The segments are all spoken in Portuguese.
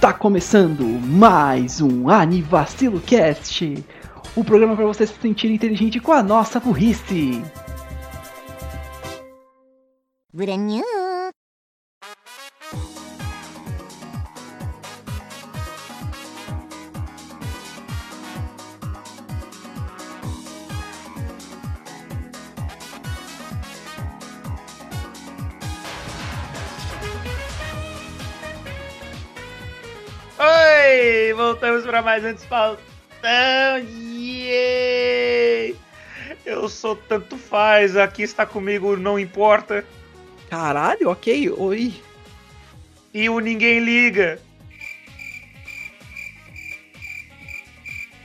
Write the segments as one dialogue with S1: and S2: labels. S1: Tá começando mais um Anivacilo Cast, o programa para você se sentir inteligente com a nossa burrice.
S2: ブレニュー
S3: Oi! Voltamos para mais um Despautão! Yeah! Eu sou tanto faz, aqui está comigo, não importa.
S1: Caralho, ok, oi.
S3: E o Ninguém Liga.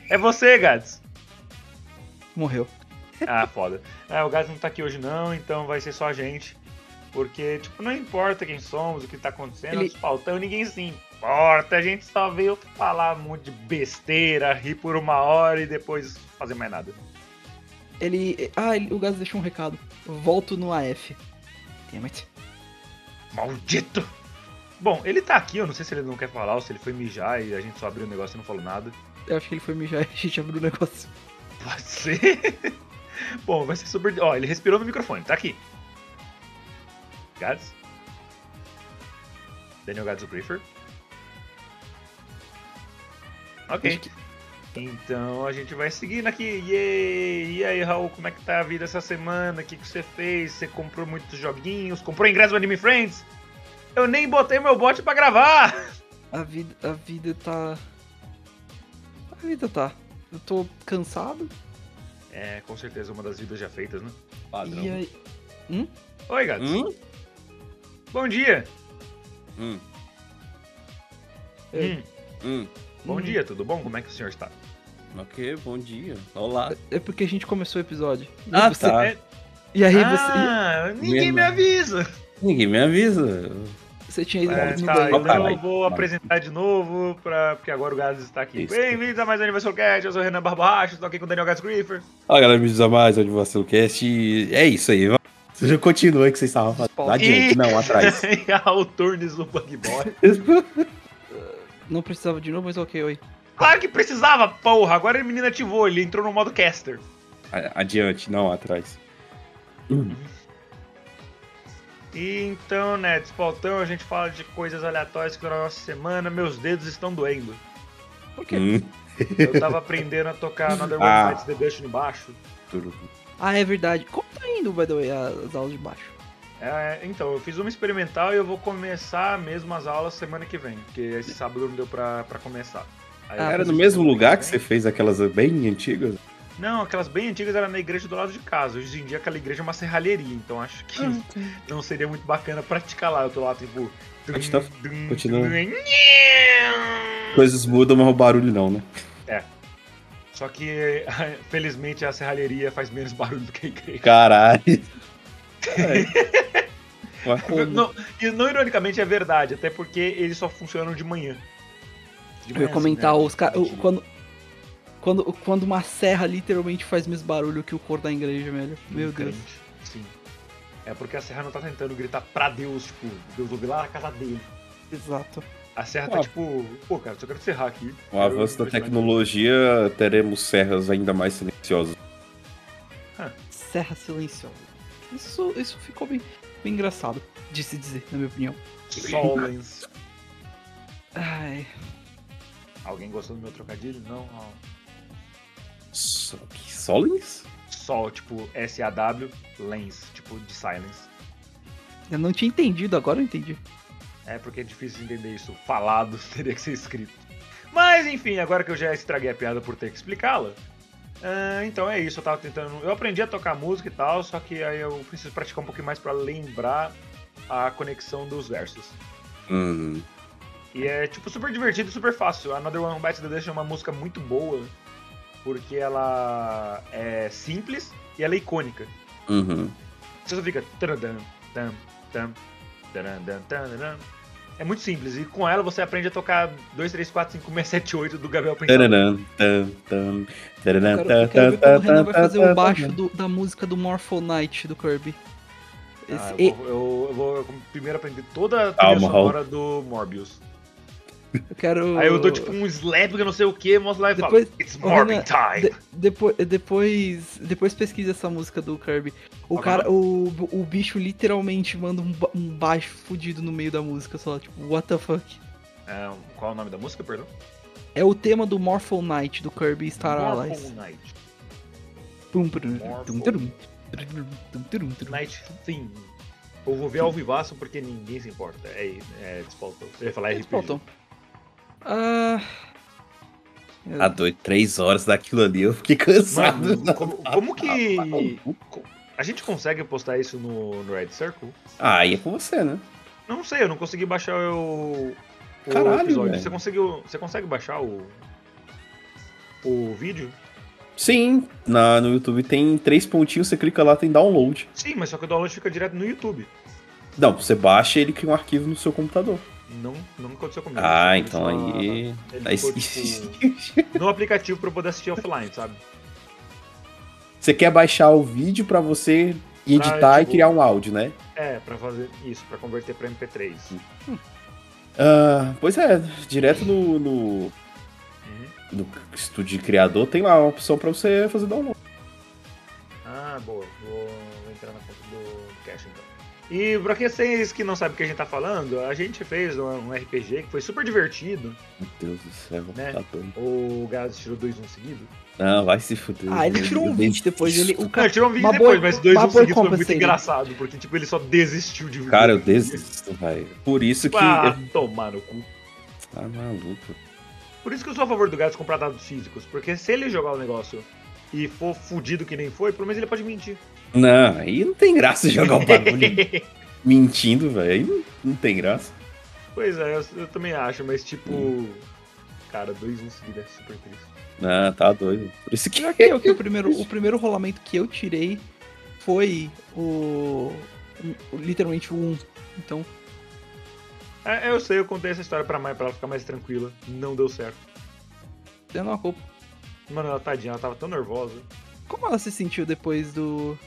S3: É você, Gads.
S1: Morreu.
S3: Ah, foda. Ah, o Gads não tá aqui hoje não, então vai ser só a gente. Porque, tipo, não importa quem somos, o que tá acontecendo,
S1: Ele-
S3: Ele... Despautão, ninguém se importa. A gente só veio falar um monte de besteira, rir por uma hora e depois fazer mais nada.
S1: Ele. Ah, ele- o Gás deixou um recado. Volto no AF. Damn it.
S3: Maldito! Bom, ele tá aqui, eu não sei se ele não quer falar ou se ele foi mijar e a gente só abriu o negócio e não falou nada.
S1: Eu acho que ele foi mijar e a gente abriu o negócio.
S3: Pode ser. Bom, vai ser super. Ó, ele respirou no microfone, tá aqui. Gads? Daniel Gads Griffer. Ok.
S1: Acho que-
S3: Então a gente vai seguindo aqui. Yay! E aí, Raul, como é que tá a vida essa semana? O que, que você fez? Você comprou muitos joguinhos? Comprou ingresso do Anime Friends? Eu nem botei meu bot pra gravar!
S1: A vida, a vida tá. A vida tá. Eu tô cansado.
S3: É, com certeza uma das vidas já feitas, né?
S4: Ah,
S1: E aí.
S3: Oi, gato.
S4: Hum?
S3: Bom dia.
S4: Hum,
S1: Ei.
S3: Hum,
S4: hum.
S3: Bom
S1: Hum.
S3: dia, tudo bom? Como é que o senhor está?
S4: Ok, bom dia. Olá.
S1: É porque a gente começou o episódio. E
S4: Ah,
S1: você-
S4: tá.
S3: é-
S1: E aí você,
S3: ah, ninguém
S4: Mesmo.
S3: me avisa.
S4: Ninguém me avisa.
S1: você tinha ido
S3: É,
S1: no banheiro.
S3: tá,
S4: Ó,
S3: então eu
S4: caralho.
S3: vou apresentar de novo, pra... porque agora o Gads está aqui.
S4: Isso.
S3: Bem-vindos a mais um Universal Cat, eu sou o Renan Barbacho, estou aqui com o Daniel Gads Griffer.
S4: Olá, galera, me a mais onde você o cast. e É isso aí. vamos. Você já continua aí que vocês estavam fazendo.
S1: Paulo.
S4: Adiante,
S3: Ih.
S4: não, atrás.
S3: e a Alturnes do Bug Boy.
S1: Não precisava de novo, mas ok, oi.
S3: Claro que precisava, porra. Agora a menina ativou, ele entrou no modo caster.
S4: A- Adiante, não, atrás.
S3: E então, né, desfaltão, a gente fala de coisas aleatórias que na nossa semana, meus dedos estão doendo.
S1: Por quê?
S4: Hum.
S3: Eu tava aprendendo a tocar Another One
S4: Ah.
S3: Bites the Dust no baixo.
S4: tudo.
S1: Ah, é verdade. Como tá indo, by the way, as aulas de baixo?
S3: É, então, eu fiz uma experimental e eu vou começar mesmo as aulas semana que vem, porque esse sábado não deu pra, pra começar. Aí eu
S1: Ah,
S4: Era
S3: fiz
S4: no
S3: isso
S4: mesmo
S3: semana
S4: lugar que
S3: vem.
S4: você fez aquelas bem antigas?
S3: Não, aquelas bem antigas era na igreja do lado de casa. Hoje em dia aquela igreja é uma serralheria, então acho que não seria muito bacana praticar lá. Eu tô lá, tipo.
S4: Pode tá-
S3: dum,
S4: continua.
S3: dum.
S4: Coisas mudam, mas o barulho não, né?
S3: Só que, felizmente, a serralheria faz menos barulho do que a igreja.
S4: Caralho.
S1: Como?
S3: Não, e não ironicamente é verdade, até porque eles só funcionam de manhã. De
S1: Eu ia
S3: manhã,
S1: comentar
S3: assim, né?
S1: os caras.
S3: Entendi.
S1: Quando, quando, quando uma serra literalmente faz mais barulho que o cor da igreja, velho. Meu Deus.
S3: Crente, Sim. É porque a Serra não tá tentando gritar pra Deus, tipo, Deus ouve lá na casa dele.
S1: Exato.
S3: A Serra
S4: Ó.
S1: Ah.
S3: tá tipo, pô, cara, só quero serrar aqui.
S4: Com o avanço da tecnologia, teremos serras ainda mais silenciosas.
S1: Serra silenciosa. Isso, isso ficou bem, bem engraçado de se dizer, na minha opinião.
S3: Solens.
S1: Ai.
S3: Alguém gostou do meu trocadilho? Não, não.
S4: So- que Solens?
S3: Sol, tipo, S-A-W, lens, tipo, de silence.
S1: Eu não tinha entendido, agora eu entendi.
S3: É porque é difícil de entender isso falado, teria que ser escrito. Mas enfim, agora que eu já estraguei a piada por ter que explicá-la. ah, então é isso, eu tava tentando. Eu aprendi a tocar música e tal, só que aí eu preciso praticar um pouquinho mais pra lembrar a conexão dos versos.
S4: Hum.
S3: E é tipo super divertido e super fácil. Another One Bites the Dust é uma música muito boa, porque ela é simples e ela é icônica.
S4: Uhum.
S3: Você só fica. taradan, tam, tam, taradan, taradan. É muito simples. E com ela você aprende a tocar 2, 3, 4, 5, 6, 7, 8 do Gabriel Penteado.
S4: Tararam, tam, tam, tararam,
S1: Eu quero,
S4: tam,
S1: eu quero ver
S4: tam,
S1: quando o Renan
S4: tam,
S1: vai
S4: tam,
S1: fazer
S4: tam,
S1: o baixo
S4: tam.
S1: do- da música do Morphonite do Kirby. Esse-
S3: Ah, eu, vou, eu- eu vou primeiro aprender toda a trilha
S4: Calma, Raul.
S3: sonora do Morbius.
S1: Eu quero.
S3: Aí eu dou tipo um slap que eu não sei o que, mostro lá e
S1: Depois-
S3: falo, It's
S1: Ô, Renan,
S3: Morbid Time.
S1: de- depois, depois, depois pesquisa essa música do Kirby. O
S3: Tá
S1: cara, o, o bicho literalmente manda um, ba- um baixo fudido no meio da música, só tipo, what the fuck.
S3: Ah, qual é o nome da música, perdão?
S1: É o tema do Morpho Knight do Kirby Star Allies.
S3: Morpho Night.
S1: Pum, prum,
S3: Morpho.
S1: tum, turum, turum, tum, turum, turum.
S3: Night Theme. Eu vou ver ao vivaço porque ninguém se importa. É, é Despautou. Eu ia falar
S1: Eles
S3: RPG.
S1: faltam. Ah,
S4: Tá doido, três horas daquilo ali, eu fiquei cansado.
S3: Mano, como, como que.
S4: Ah,
S3: A gente consegue postar isso no, no Red Circle?
S4: Ah, aí é com você, né?
S3: Não sei, eu não consegui baixar o. o
S4: Caralho,
S3: episódio.
S4: velho.
S3: Você conseguiu. Você consegue baixar o. O vídeo?
S4: Sim, na, no YouTube tem três pontinhos, você clica lá, tem download.
S3: Sim, mas só que o download fica direto no YouTube.
S4: Não, você baixa e ele cria um arquivo no seu computador.
S3: Não, não aconteceu comigo.
S4: Ah,
S3: Ele
S4: então
S3: só-
S4: aí.
S3: ele
S4: aí-
S3: ficou, tipo, no aplicativo pra eu poder assistir offline, sabe?
S4: você quer baixar o vídeo pra você editar
S3: Ah,
S4: e
S3: tipo-
S4: criar um áudio, né?
S3: É, pra fazer isso, pra converter pra MP3.
S4: Hum. Ah, pois é, direto no, no, no estúdio de criador tem lá uma opção pra você fazer download.
S3: Ah, boa. Vou vou entrar na conta do do Cash então. E pra que vocês que não sabem o que a gente tá falando, a gente fez um um RPG que foi super divertido.
S4: Meu Deus do céu,
S3: Né?
S4: tá doido.
S3: O Gaz tirou 2 1 seguido.
S4: Não, vai se fuder.
S1: ah, ele
S4: meu
S1: tirou um
S4: Deus.
S1: vídeo depois. Ele, o
S3: Não,
S1: cara,
S3: ele tirou um vídeo
S1: uma
S3: depois,
S1: boa-
S3: mas 2 1
S1: uma boa
S3: seguido foi muito
S1: compensa ele.
S3: engraçado, porque tipo, ele só desistiu de
S4: Cara, eu desisto, velho. Por isso que.
S3: Ah,
S4: Eu...
S3: tomar no cu.
S4: Tá maluco.
S3: Por isso que eu sou a favor do Gaz comprar dados físicos, porque se ele jogar o negócio e for fudido que nem foi, pelo menos ele pode mentir.
S4: Não, aí não tem graça jogar o bagulho mentindo, velho. Aí não, não tem graça.
S3: Pois é, eu, eu também acho, mas tipo. Cara, 2 1 seguido é super triste.
S4: Não, tá doido. Por isso que.
S1: pior que eu, que o primeiro, o primeiro rolamento que eu tirei foi o. um- literalmente o 1. Então,
S3: É, eu sei, eu contei essa história pra Mai pra ela ficar mais tranquila. Não deu certo.
S1: eu não culpa.
S3: Mano, ela tadinha, ela tava tão nervosa.
S1: Como ela se sentiu depois do.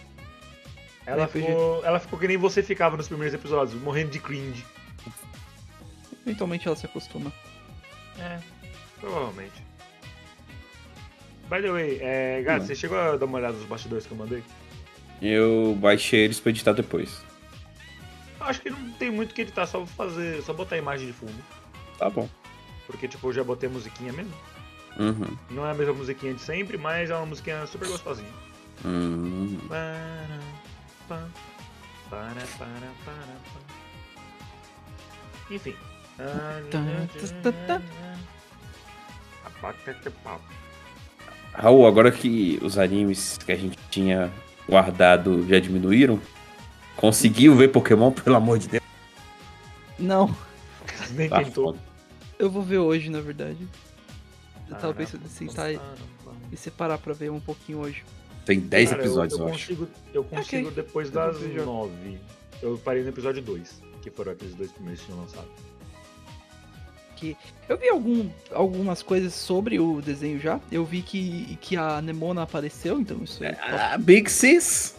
S3: Ela
S1: RPG.
S3: ficou, ela ficou que nem você ficava nos primeiros episódios, morrendo de cringe.
S1: Eventualmente ela se acostuma.
S3: É, provavelmente. By the way, é, Gato, você chegou a dar uma olhada nos bastidores que eu mandei?
S4: Eu baixei eles pra editar depois.
S3: Eu Acho que não tem muito o que editar, só vou fazer, só botar a imagem de fundo.
S4: Tá bom.
S3: Porque, tipo, eu já botei a musiquinha mesmo.
S4: Uhum.
S3: Não é a mesma musiquinha de sempre, mas é uma musiquinha super gostosinha.
S4: Hum.
S3: Para, pa, para, para, para, pa. Enfim. é
S4: Raul, agora que os animes que a gente tinha guardado já diminuíram, conseguiu ver Pokémon, pelo amor de Deus?
S1: Não,
S3: Nem
S4: Tá
S3: tentou.
S4: foda.
S1: eu vou ver hoje, na verdade. Eu tava
S3: Caramba.
S1: pensando em sentar e- e separar pra ver um pouquinho hoje.
S4: Tem 10
S3: Cara, eu-
S4: episódios, É eu,
S3: eu,
S4: acho.
S3: consigo, eu consigo depois
S1: Eu
S3: das
S1: consigo.
S3: 9. Eu parei no episódio 2, que foram aqueles dois primeiros que tinham lançado.
S1: Eu vi algum, algumas coisas sobre o desenho já. Eu vi que, que a Nemona apareceu, então isso é. top.
S4: Ah, Big Sis!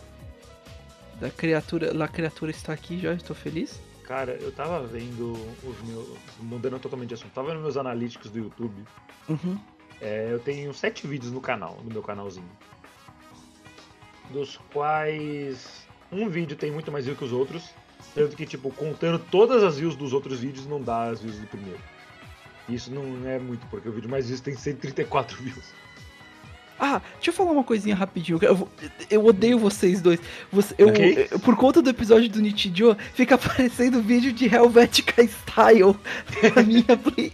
S1: A criatura, a criatura está aqui já, estou feliz.
S3: Cara, eu tava vendo os meus. Mudando totalmente de assunto, tava vendo meus analíticos do YouTube.
S1: Uhum.
S3: É, eu tenho sete vídeos no canal, no meu canalzinho. Dos quais um vídeo tem muito mais views que os outros. Tanto que, tipo, contando todas as views dos outros vídeos, não dá as views do primeiro. Isso não é muito, porque o vídeo mais visto tem 134 views.
S1: Ah, deixa eu falar uma coisinha rapidinho. Eu, vou- eu odeio vocês dois. Você- eu,
S3: Ok.
S1: eu- por conta do episódio do Nichijou, fica aparecendo vídeo de Helvetica Style na minha play.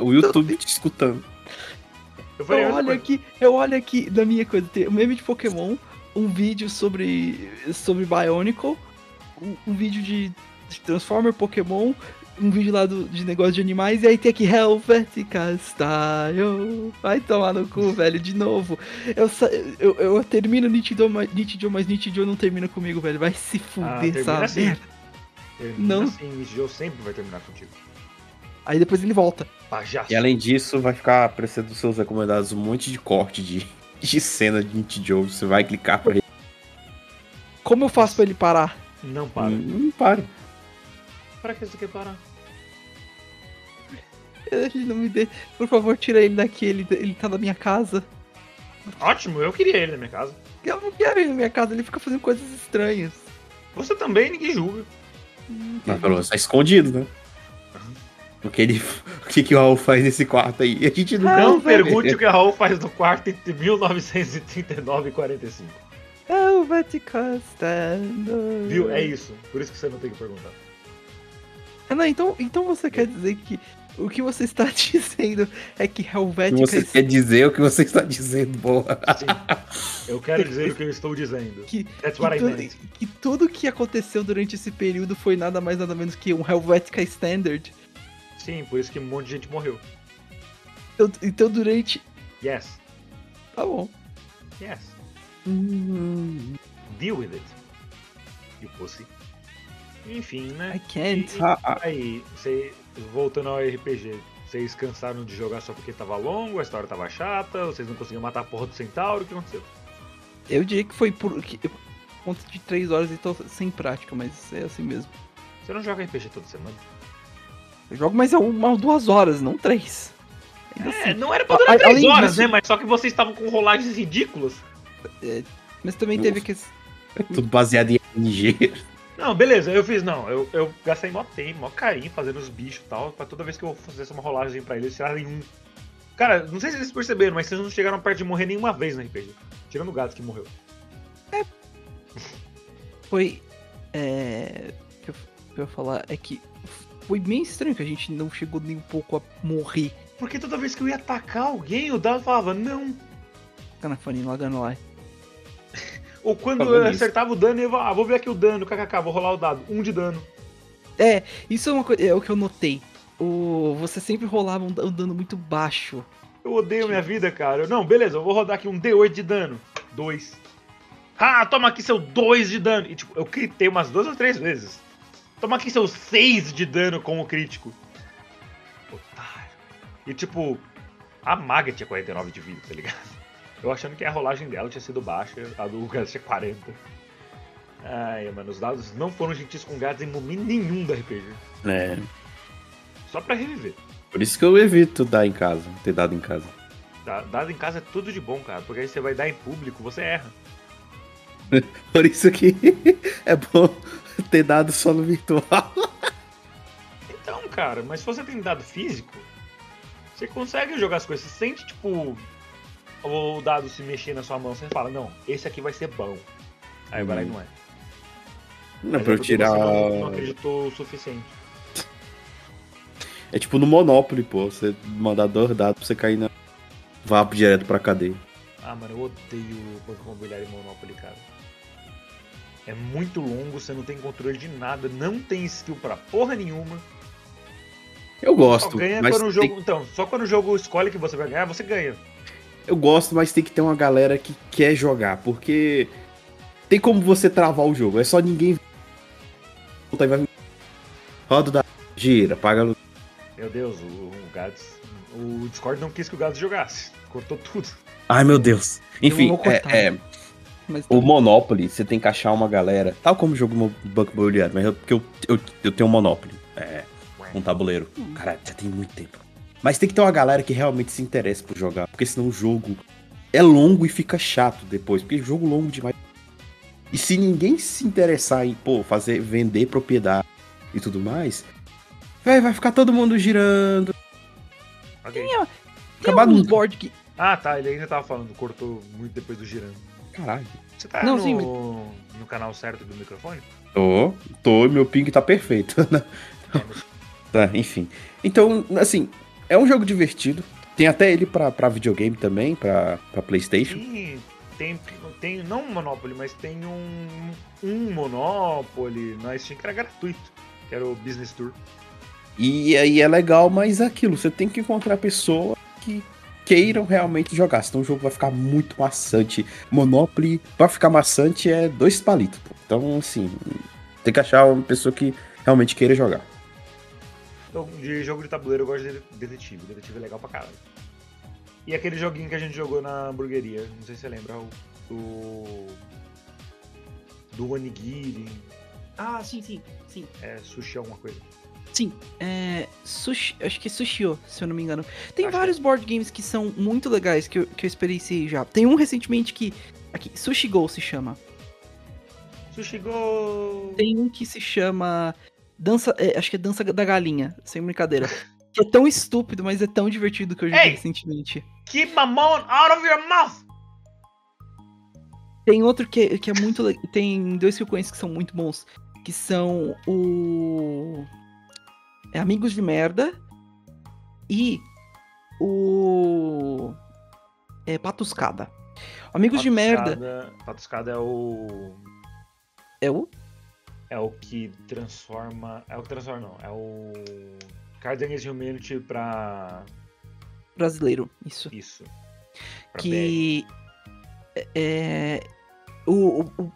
S4: O YouTube te escutando.
S3: Eu falei,
S1: Eu
S3: olha,
S1: olho
S3: coisa.
S1: aqui, eu olho aqui na minha coisa, tem um meme de Pokémon, um vídeo sobre sobre Bionicle, um, um vídeo de, de Transformer Pokémon, um vídeo lá do, de negócio de animais, e aí tem aqui Helvetica Style. Vai tomar no cu, velho, de novo. Eu, sa- eu, eu termino Nitidio, mas Nitidio, mas Nitidio não termina comigo, velho. Vai se
S3: Ah,
S1: fuder,
S3: termina
S1: sabe?
S3: assim. Termina
S1: Não.
S3: assim, esse jogo sempre vai terminar contigo.
S1: Aí depois ele volta.
S3: Pajaço.
S4: E além disso, vai ficar aparecendo nos seus recomendados um monte de corte de, de cena de Nit Joe. Você vai clicar pra ele.
S1: Como eu faço pra ele parar?
S4: Hum.
S3: Não para.
S4: Não pare.
S3: Para que você quer parar?
S1: Ele não me dê. Por favor, tira ele daqui, ele, ele tá na minha casa.
S3: Ótimo, eu queria ele na minha casa.
S1: Eu não quero ele na minha casa, ele fica fazendo coisas estranhas.
S3: Você também, ninguém julga.
S4: Mas pelo menos tá escondido, né? O que, ele, o que, que o Raul faz nesse quarto aí? A gente não.
S1: Ah,
S3: Não
S1: velho.
S3: pergunte o que a Raul faz no quarto entre 1939 e 45.
S1: Eu vou te costando.
S3: Viu? É isso. Por isso que você não tem que perguntar.
S1: Ah, não, então, então você quer dizer que o que você está dizendo é que
S4: O que
S1: Helvetica
S4: você
S1: está-
S4: quer dizer o que você está dizendo, boa.
S3: Sim. Eu quero dizer o que eu estou dizendo.
S1: Que-
S3: That's what
S1: que,
S3: I meant.
S1: tudo, que tudo que aconteceu durante esse período foi nada mais nada menos que um Helvetica Standard.
S3: Sim, por isso que um monte de gente morreu.
S1: Então, então durante.
S3: Yes.
S1: Tá bom.
S3: Yes.
S4: Hum,
S3: Deal with it. E pussy. Enfim, né?
S1: I can't.
S4: ah, ah,
S3: Aí, você, voltando ao RPG, vocês cansaram de jogar só porque tava longo, a história tava chata, vocês não conseguiam matar a porra do centauro, o que aconteceu?
S1: Eu diria que foi por. que- por conta de três horas, então sem prática, mas é assim mesmo.
S3: Você não joga RPG toda semana?
S1: Eu jogo, mas é uma duas horas, não três. Ainda
S3: É,
S1: assim.
S3: não era pra
S1: A-
S3: durar três
S1: além
S3: horas,
S1: disso-
S3: né? Mas só que vocês estavam com rolagens ridículas.
S1: Mas também
S4: Ufa.
S1: teve que.
S4: Tudo baseado em RNG.
S3: Não, beleza, eu fiz, não. Eu, eu gastei mó tempo, mó carinho fazendo os bichos e tal, pra toda vez que eu fizesse uma rolagem pra eles, tirarem um. Cara, não sei se vocês perceberam, mas vocês não chegaram perto de morrer nenhuma vez no RPG. Tirando o gato que morreu.
S1: Foi. É. O que eu- o que eu ia falar é que. Foi bem estranho que a gente não chegou nem um pouco a morrer.
S3: Porque toda vez que eu ia atacar alguém, o dado falava, não.
S1: Canafone, lá dando lá.
S3: Ou quando
S4: Falando
S3: eu
S4: nisso.
S3: acertava o dano, eu ia, ah, vou ver aqui o dano, kkk, vou rolar o dado. Um de dano.
S1: É, isso é uma coisa. É o que eu notei. O, você sempre rolava um, da- um dano muito baixo.
S3: Eu odeio minha vida, cara. Eu, não, beleza, eu vou rodar aqui um D8 de dano. Dois. Ah, toma aqui seu 2 de dano. E tipo, eu critei umas duas ou três vezes. Toma aqui seu 6 de dano com o crítico. Otário. E tipo, a maga tinha 49 de vida, tá ligado? Eu achando que a rolagem dela tinha sido baixa, a do Gats tinha 40. Ai, mano, os dados não foram gentis com gatos em momento nenhum da RPG.
S4: É.
S3: Só pra reviver.
S4: Por isso que eu evito dar em casa, ter dado em casa.
S3: Tá? Dado em casa é tudo de bom, cara, porque aí você vai dar em público, você erra.
S4: Por isso que é bom ter dado só no virtual.
S3: Então, cara, mas se você tem dado físico, você consegue jogar as coisas. Você sente, tipo, o dado se mexer na sua mão, você fala, não, esse aqui vai ser bom. Aí vai lá e não é.
S4: Uhum. Não,
S3: Mas
S4: pra
S3: é
S4: eu
S3: porque
S4: tirar.
S3: Você não, não acreditou o suficiente.
S4: É tipo no Monopoly, pô. Você mandar dois dados pra você cair na. Vá direto pra cadeia.
S3: Ah, mano, eu odeio o Banco Imobiliário e Monopoly, cara. É muito longo, você não tem controle de nada, não tem skill pra porra nenhuma.
S4: Eu
S3: Só
S4: gosto.
S3: ganha
S4: Mas
S3: quando o jogo.
S4: tem-
S3: Então, só quando o jogo escolhe que você vai ganhar, você ganha.
S4: Eu gosto, mas tem que ter uma galera que quer jogar, porque tem como você travar o jogo. É só ninguém. Puta, aí vai. Roda o dado. Gira, paga a luz.
S3: Meu Deus, o, o Gads. O Discord não quis que o Gads jogasse. Cortou tudo.
S4: Ai, meu Deus. Enfim,
S1: vou cortar.
S4: é, é,
S1: Mas
S4: O Monopoly, você tem que achar uma galera, tal como o jogo Mo- Banco Imobiliário, mas eu, porque eu, eu, eu tenho um Monopoly, é, um tabuleiro. Caralho, já tem muito tempo. Mas tem que ter uma galera que realmente se interessa por jogar, porque senão o jogo é longo e fica chato depois, porque jogo longo demais. E se ninguém se interessar em, pô, fazer, vender propriedade e tudo mais, véi, vai ficar todo mundo girando.
S3: Ok.
S1: tem
S4: acabar
S1: alguns
S4: nunca.
S1: board que.
S3: Ah, tá, ele ainda tava falando, cortou muito depois do girando.
S4: Caralho.
S3: Você tá
S1: Não,
S3: no,
S1: sim,
S3: no canal certo do microfone?
S4: Tô, tô, e meu ping tá perfeito. Tá, enfim. Então, assim, é um jogo divertido. Tem até ele pra, pra videogame também, pra, pra PlayStation.
S3: Sim, tem, tem não um Monopoly, mas tem um, um Monopoly na Steam que era gratuito, que era o Business Tour.
S4: E aí é legal, mas é aquilo, você tem que encontrar pessoas que queiram realmente jogar, senão o jogo vai ficar muito maçante. Monopoly, pra ficar maçante, é dois palitos. pô. Então, assim, tem que achar uma pessoa que realmente queira jogar.
S3: Então, de jogo de tabuleiro eu gosto de detetive, detetive é legal pra caralho. E aquele joguinho que a gente jogou na hamburgueria, não sei se você lembra, o do. do Onigiri,
S2: Ah, sim, sim, sim.
S3: é, sushi alguma coisa.
S1: Sim, é. Sushi, acho que é Sushio, se eu não me engano. Tem
S2: é.
S3: Acho que
S1: vários board games que são muito legais que eu, que eu experienciei já. Tem um recentemente que. Aqui, Sushi Go se chama.
S3: Sushi Go!
S1: Tem um que se chama. Dança. é, acho que é Dança da Galinha, sem brincadeira. Que é tão estúpido, mas é tão divertido que eu joguei
S3: Ei!
S1: recentemente.
S3: Keep my mouth out of your mouth!
S1: Tem outro que, que é muito. le- Tem dois que eu conheço que são muito bons. Que são o. é Amigos de Merda. E o. É Patuscada. Amigos de Merda
S3: Patuscada- Patuscada é o.
S1: é o.
S3: É o que transforma. É o que transforma, não. É o. Cards Against Humanity pra.
S1: brasileiro, isso.
S3: Isso. Pra BR.
S1: que é o, o, o-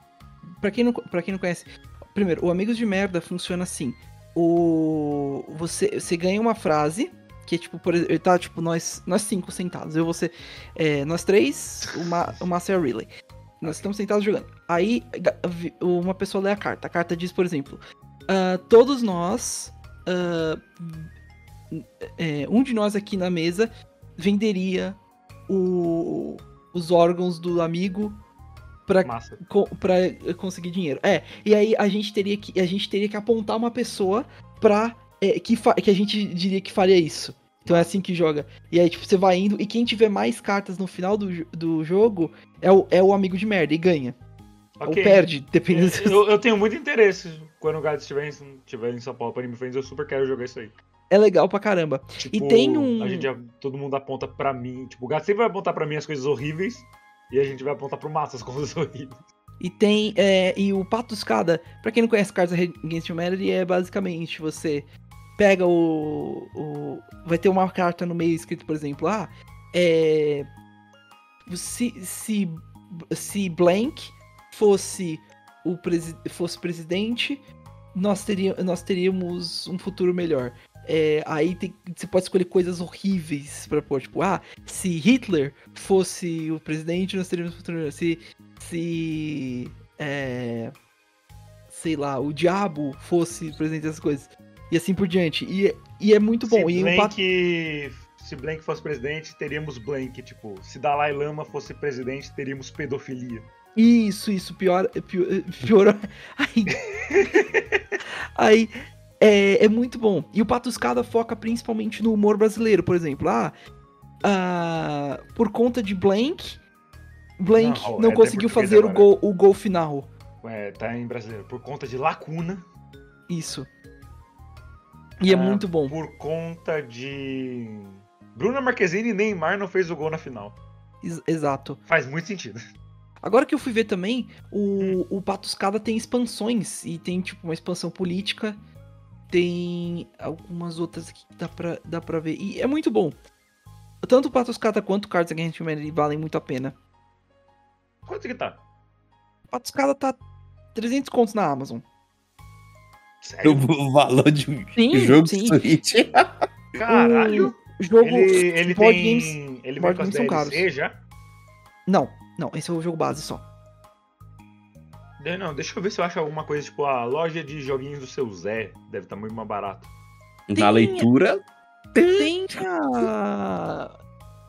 S1: pra quem não para quem não conhece, primeiro, o amigos de merda funciona assim. O você você ganha uma frase que é tipo, por exemplo, tá tipo nós nós cinco sentados, eu você é, nós três, o, Ma, o Massa e a Riley. Nós estamos sentados jogando. Aí ga- vi- uma pessoa lê a carta. A carta diz, por exemplo, ah, todos nós, ah, é, um de nós aqui na mesa venderia o- os órgãos do amigo pra,
S3: Massa.
S1: co- pra eh, conseguir dinheiro. É, e aí a gente teria que, a gente teria que apontar uma pessoa pra. eh, que, fa- que a gente diria que faria isso. Então é assim que joga. E aí, tipo, você vai indo, e quem tiver mais cartas no final do, jo- do jogo é o, é o amigo de merda e ganha.
S3: Ok.
S1: Ou perde, dependendo se-
S3: É, Eu, eu tenho muito interesse. Quando o Gato estiver em, estiver em São Paulo pra Anime Friends, eu super quero jogar isso aí.
S1: É legal pra caramba.
S3: Tipo,
S1: tem um-
S3: A gente já, todo mundo aponta pra mim. Tipo, o Gato sempre vai apontar pra mim as coisas horríveis. E a gente vai apontar pro Massa as coisas horríveis.
S1: E tem. é, e o Patuscada, pra quem não conhece Cards Against Humanity, é basicamente você pega o, o- Vai ter uma carta no meio escrito, por exemplo, ah, é. Se, se, se Blank fosse o presi- fosse presidente, nós, teria, nós teríamos um futuro melhor. É, aí tem- você pode escolher coisas horríveis pra pôr, tipo, ah, se Hitler fosse o presidente, nós teríamos um futuro melhor. Se se. É, sei lá, o diabo fosse presente essas coisas. E assim por diante. E, e é muito bom.
S3: se,
S1: E o Pat-
S3: Blank, se Blank fosse presidente, teríamos Blank. Tipo, se Dalai Lama fosse presidente, teríamos pedofilia.
S1: Isso, isso, pior. é pior piorou. Aí. aí é, é muito bom. E o Patuscada foca principalmente no humor brasileiro, por exemplo. Ah, ah, por conta de Blank, Blank
S3: Não,
S1: não,
S3: é, tá em
S1: conseguiu
S3: português
S1: fazer o
S3: agora.
S1: gol, o gol final.
S3: É, tá em brasileiro. Por conta de lacuna.
S1: Isso. E é,
S3: Ah,
S1: muito bom.
S3: Por conta de. Bruna Marquezine e Neymar não fez o gol na final.
S1: Ex- exato.
S3: Faz muito sentido.
S1: Agora que eu fui ver também,
S3: Hum.
S1: o, o Patuscada tem expansões. E tem, tipo, uma expansão política. Tem algumas outras aqui que dá pra, dá pra ver. E é muito bom. Tanto o Patuscada quanto o Cards Against Humanity valem muito a pena.
S3: Quanto que tá?
S1: O Patuscada tá 300 contos na Amazon.
S3: Sério?
S4: O valor de um
S1: Sim,
S4: jogo
S1: sim.
S4: Switch.
S3: Caralho!
S1: Jogo
S3: Ele, ele
S1: Hum, board
S3: tem.
S1: games.
S3: ele vem
S1: board
S3: com as
S1: games são
S3: DLC já?
S1: Não, não, esse é o jogo base só.
S3: De- Não, deixa eu ver se eu acho alguma coisa, tipo a loja de joguinhos do seu Zé. Deve estar muito mais barato.
S4: Na leitura,
S1: Tem a.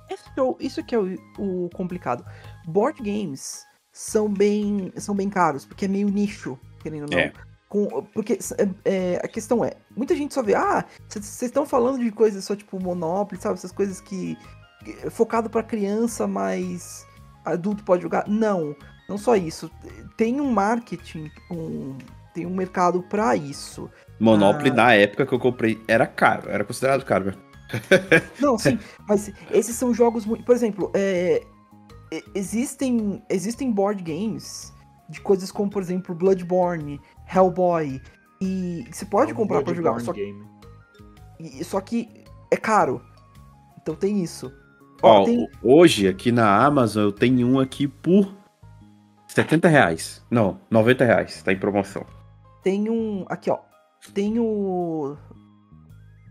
S1: Esse que é o- Isso que é o, o complicado. Board games são bem, são bem caros, porque é meio nicho, querendo ou não.
S4: É.
S1: Com- porque s- é, é, a questão é, muita gente só vê, ah, c- vocês estão falando de coisas só tipo Monopoly, sabe? Essas coisas que. que- focado pra criança, mas adulto pode jogar. Não, não só isso. Tem um marketing, um- tem um mercado pra isso.
S4: Monopoly,
S1: Ah.
S4: na época que eu comprei, era caro, era considerado caro. mas
S1: Não, sim, mas esses são jogos muito. Por exemplo, é, e- existem, existem board games de coisas como, por exemplo, Bloodborne, Hellboy. E você pode
S3: É um
S1: comprar pra jogar,
S3: Bloodborne
S1: só,
S3: game.
S1: e- só que é caro. Então tem isso. Ó,
S4: Ó,
S1: tem-
S4: hoje aqui na Amazon eu tenho um aqui por R$ 70 reais. Não, 90 reais, tá em promoção.
S1: Tem um. Aqui, ó. Tem o.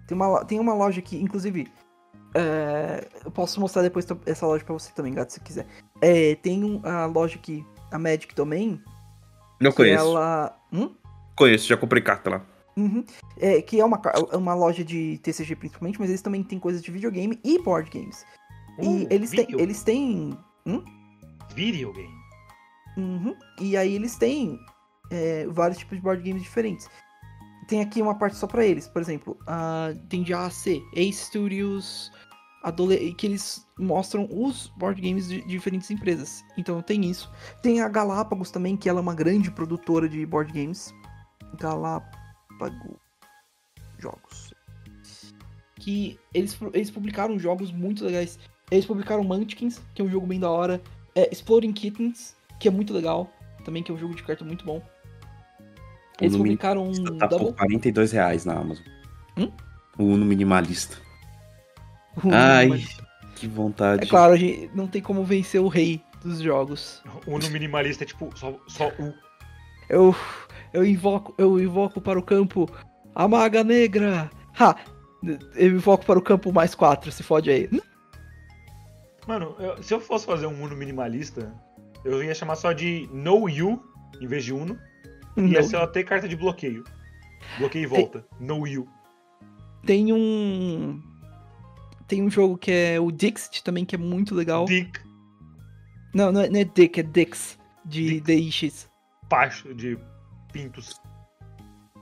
S1: Tem uma, lo- tem uma loja aqui, inclusive. é, eu posso mostrar depois to- essa loja pra você também, gato, se quiser. É, tem um, a loja aqui, a Magic Domain.
S4: Eu
S1: que
S4: conheço,
S1: ela. Hum?
S4: conheço, já comprei carta lá.
S1: Uhum. É, que é uma, ca- é uma loja de TCG principalmente, mas eles também têm coisas de videogame e board games.
S3: Uh,
S1: e eles têm,
S3: video-
S1: eles têm
S3: Video game.
S1: Uhum. E aí eles têm é, vários tipos de board games diferentes. Tem aqui uma parte só pra eles, por exemplo, ah, tem de AAC, Ace Studios, adole- que eles mostram os board games de diferentes empresas. Então tem isso. Tem a Galápagos também, que ela é uma grande produtora de board games. Galápagos Jogos. Que eles, eles publicaram jogos muito legais. Eles publicaram Munchkins, que é um jogo bem da hora. É, Exploding Kittens, que é muito legal. Também que é um jogo de carta muito bom. Eles
S4: No mínimo,
S1: publicaram um
S4: Tá por
S1: Double...
S4: 42 reais na Amazon.
S1: Hum?
S4: O Uno Minimalista.
S1: um-
S4: Ai, tá que vontade.
S1: É claro, a gente não tem como vencer o rei dos jogos.
S3: Uno minimalista é tipo só, só o.
S1: Eu, eu, invoco, eu invoco para o campo a maga negra. Ha! Eu invoco para o campo mais quatro, se fode aí.
S3: Mano, eu- se eu fosse fazer um Uno minimalista, eu ia chamar só de No You em vez de Uno. E ia
S1: Hum, Não.
S3: só ter carta de bloqueio. Bloqueio e volta. No You.
S1: Tem um. Tem um jogo que é o Dixit também, que é muito legal.
S3: Dick
S1: Não, não é, não é Dick, é Dix. De DX.
S3: Pacho de Pintos.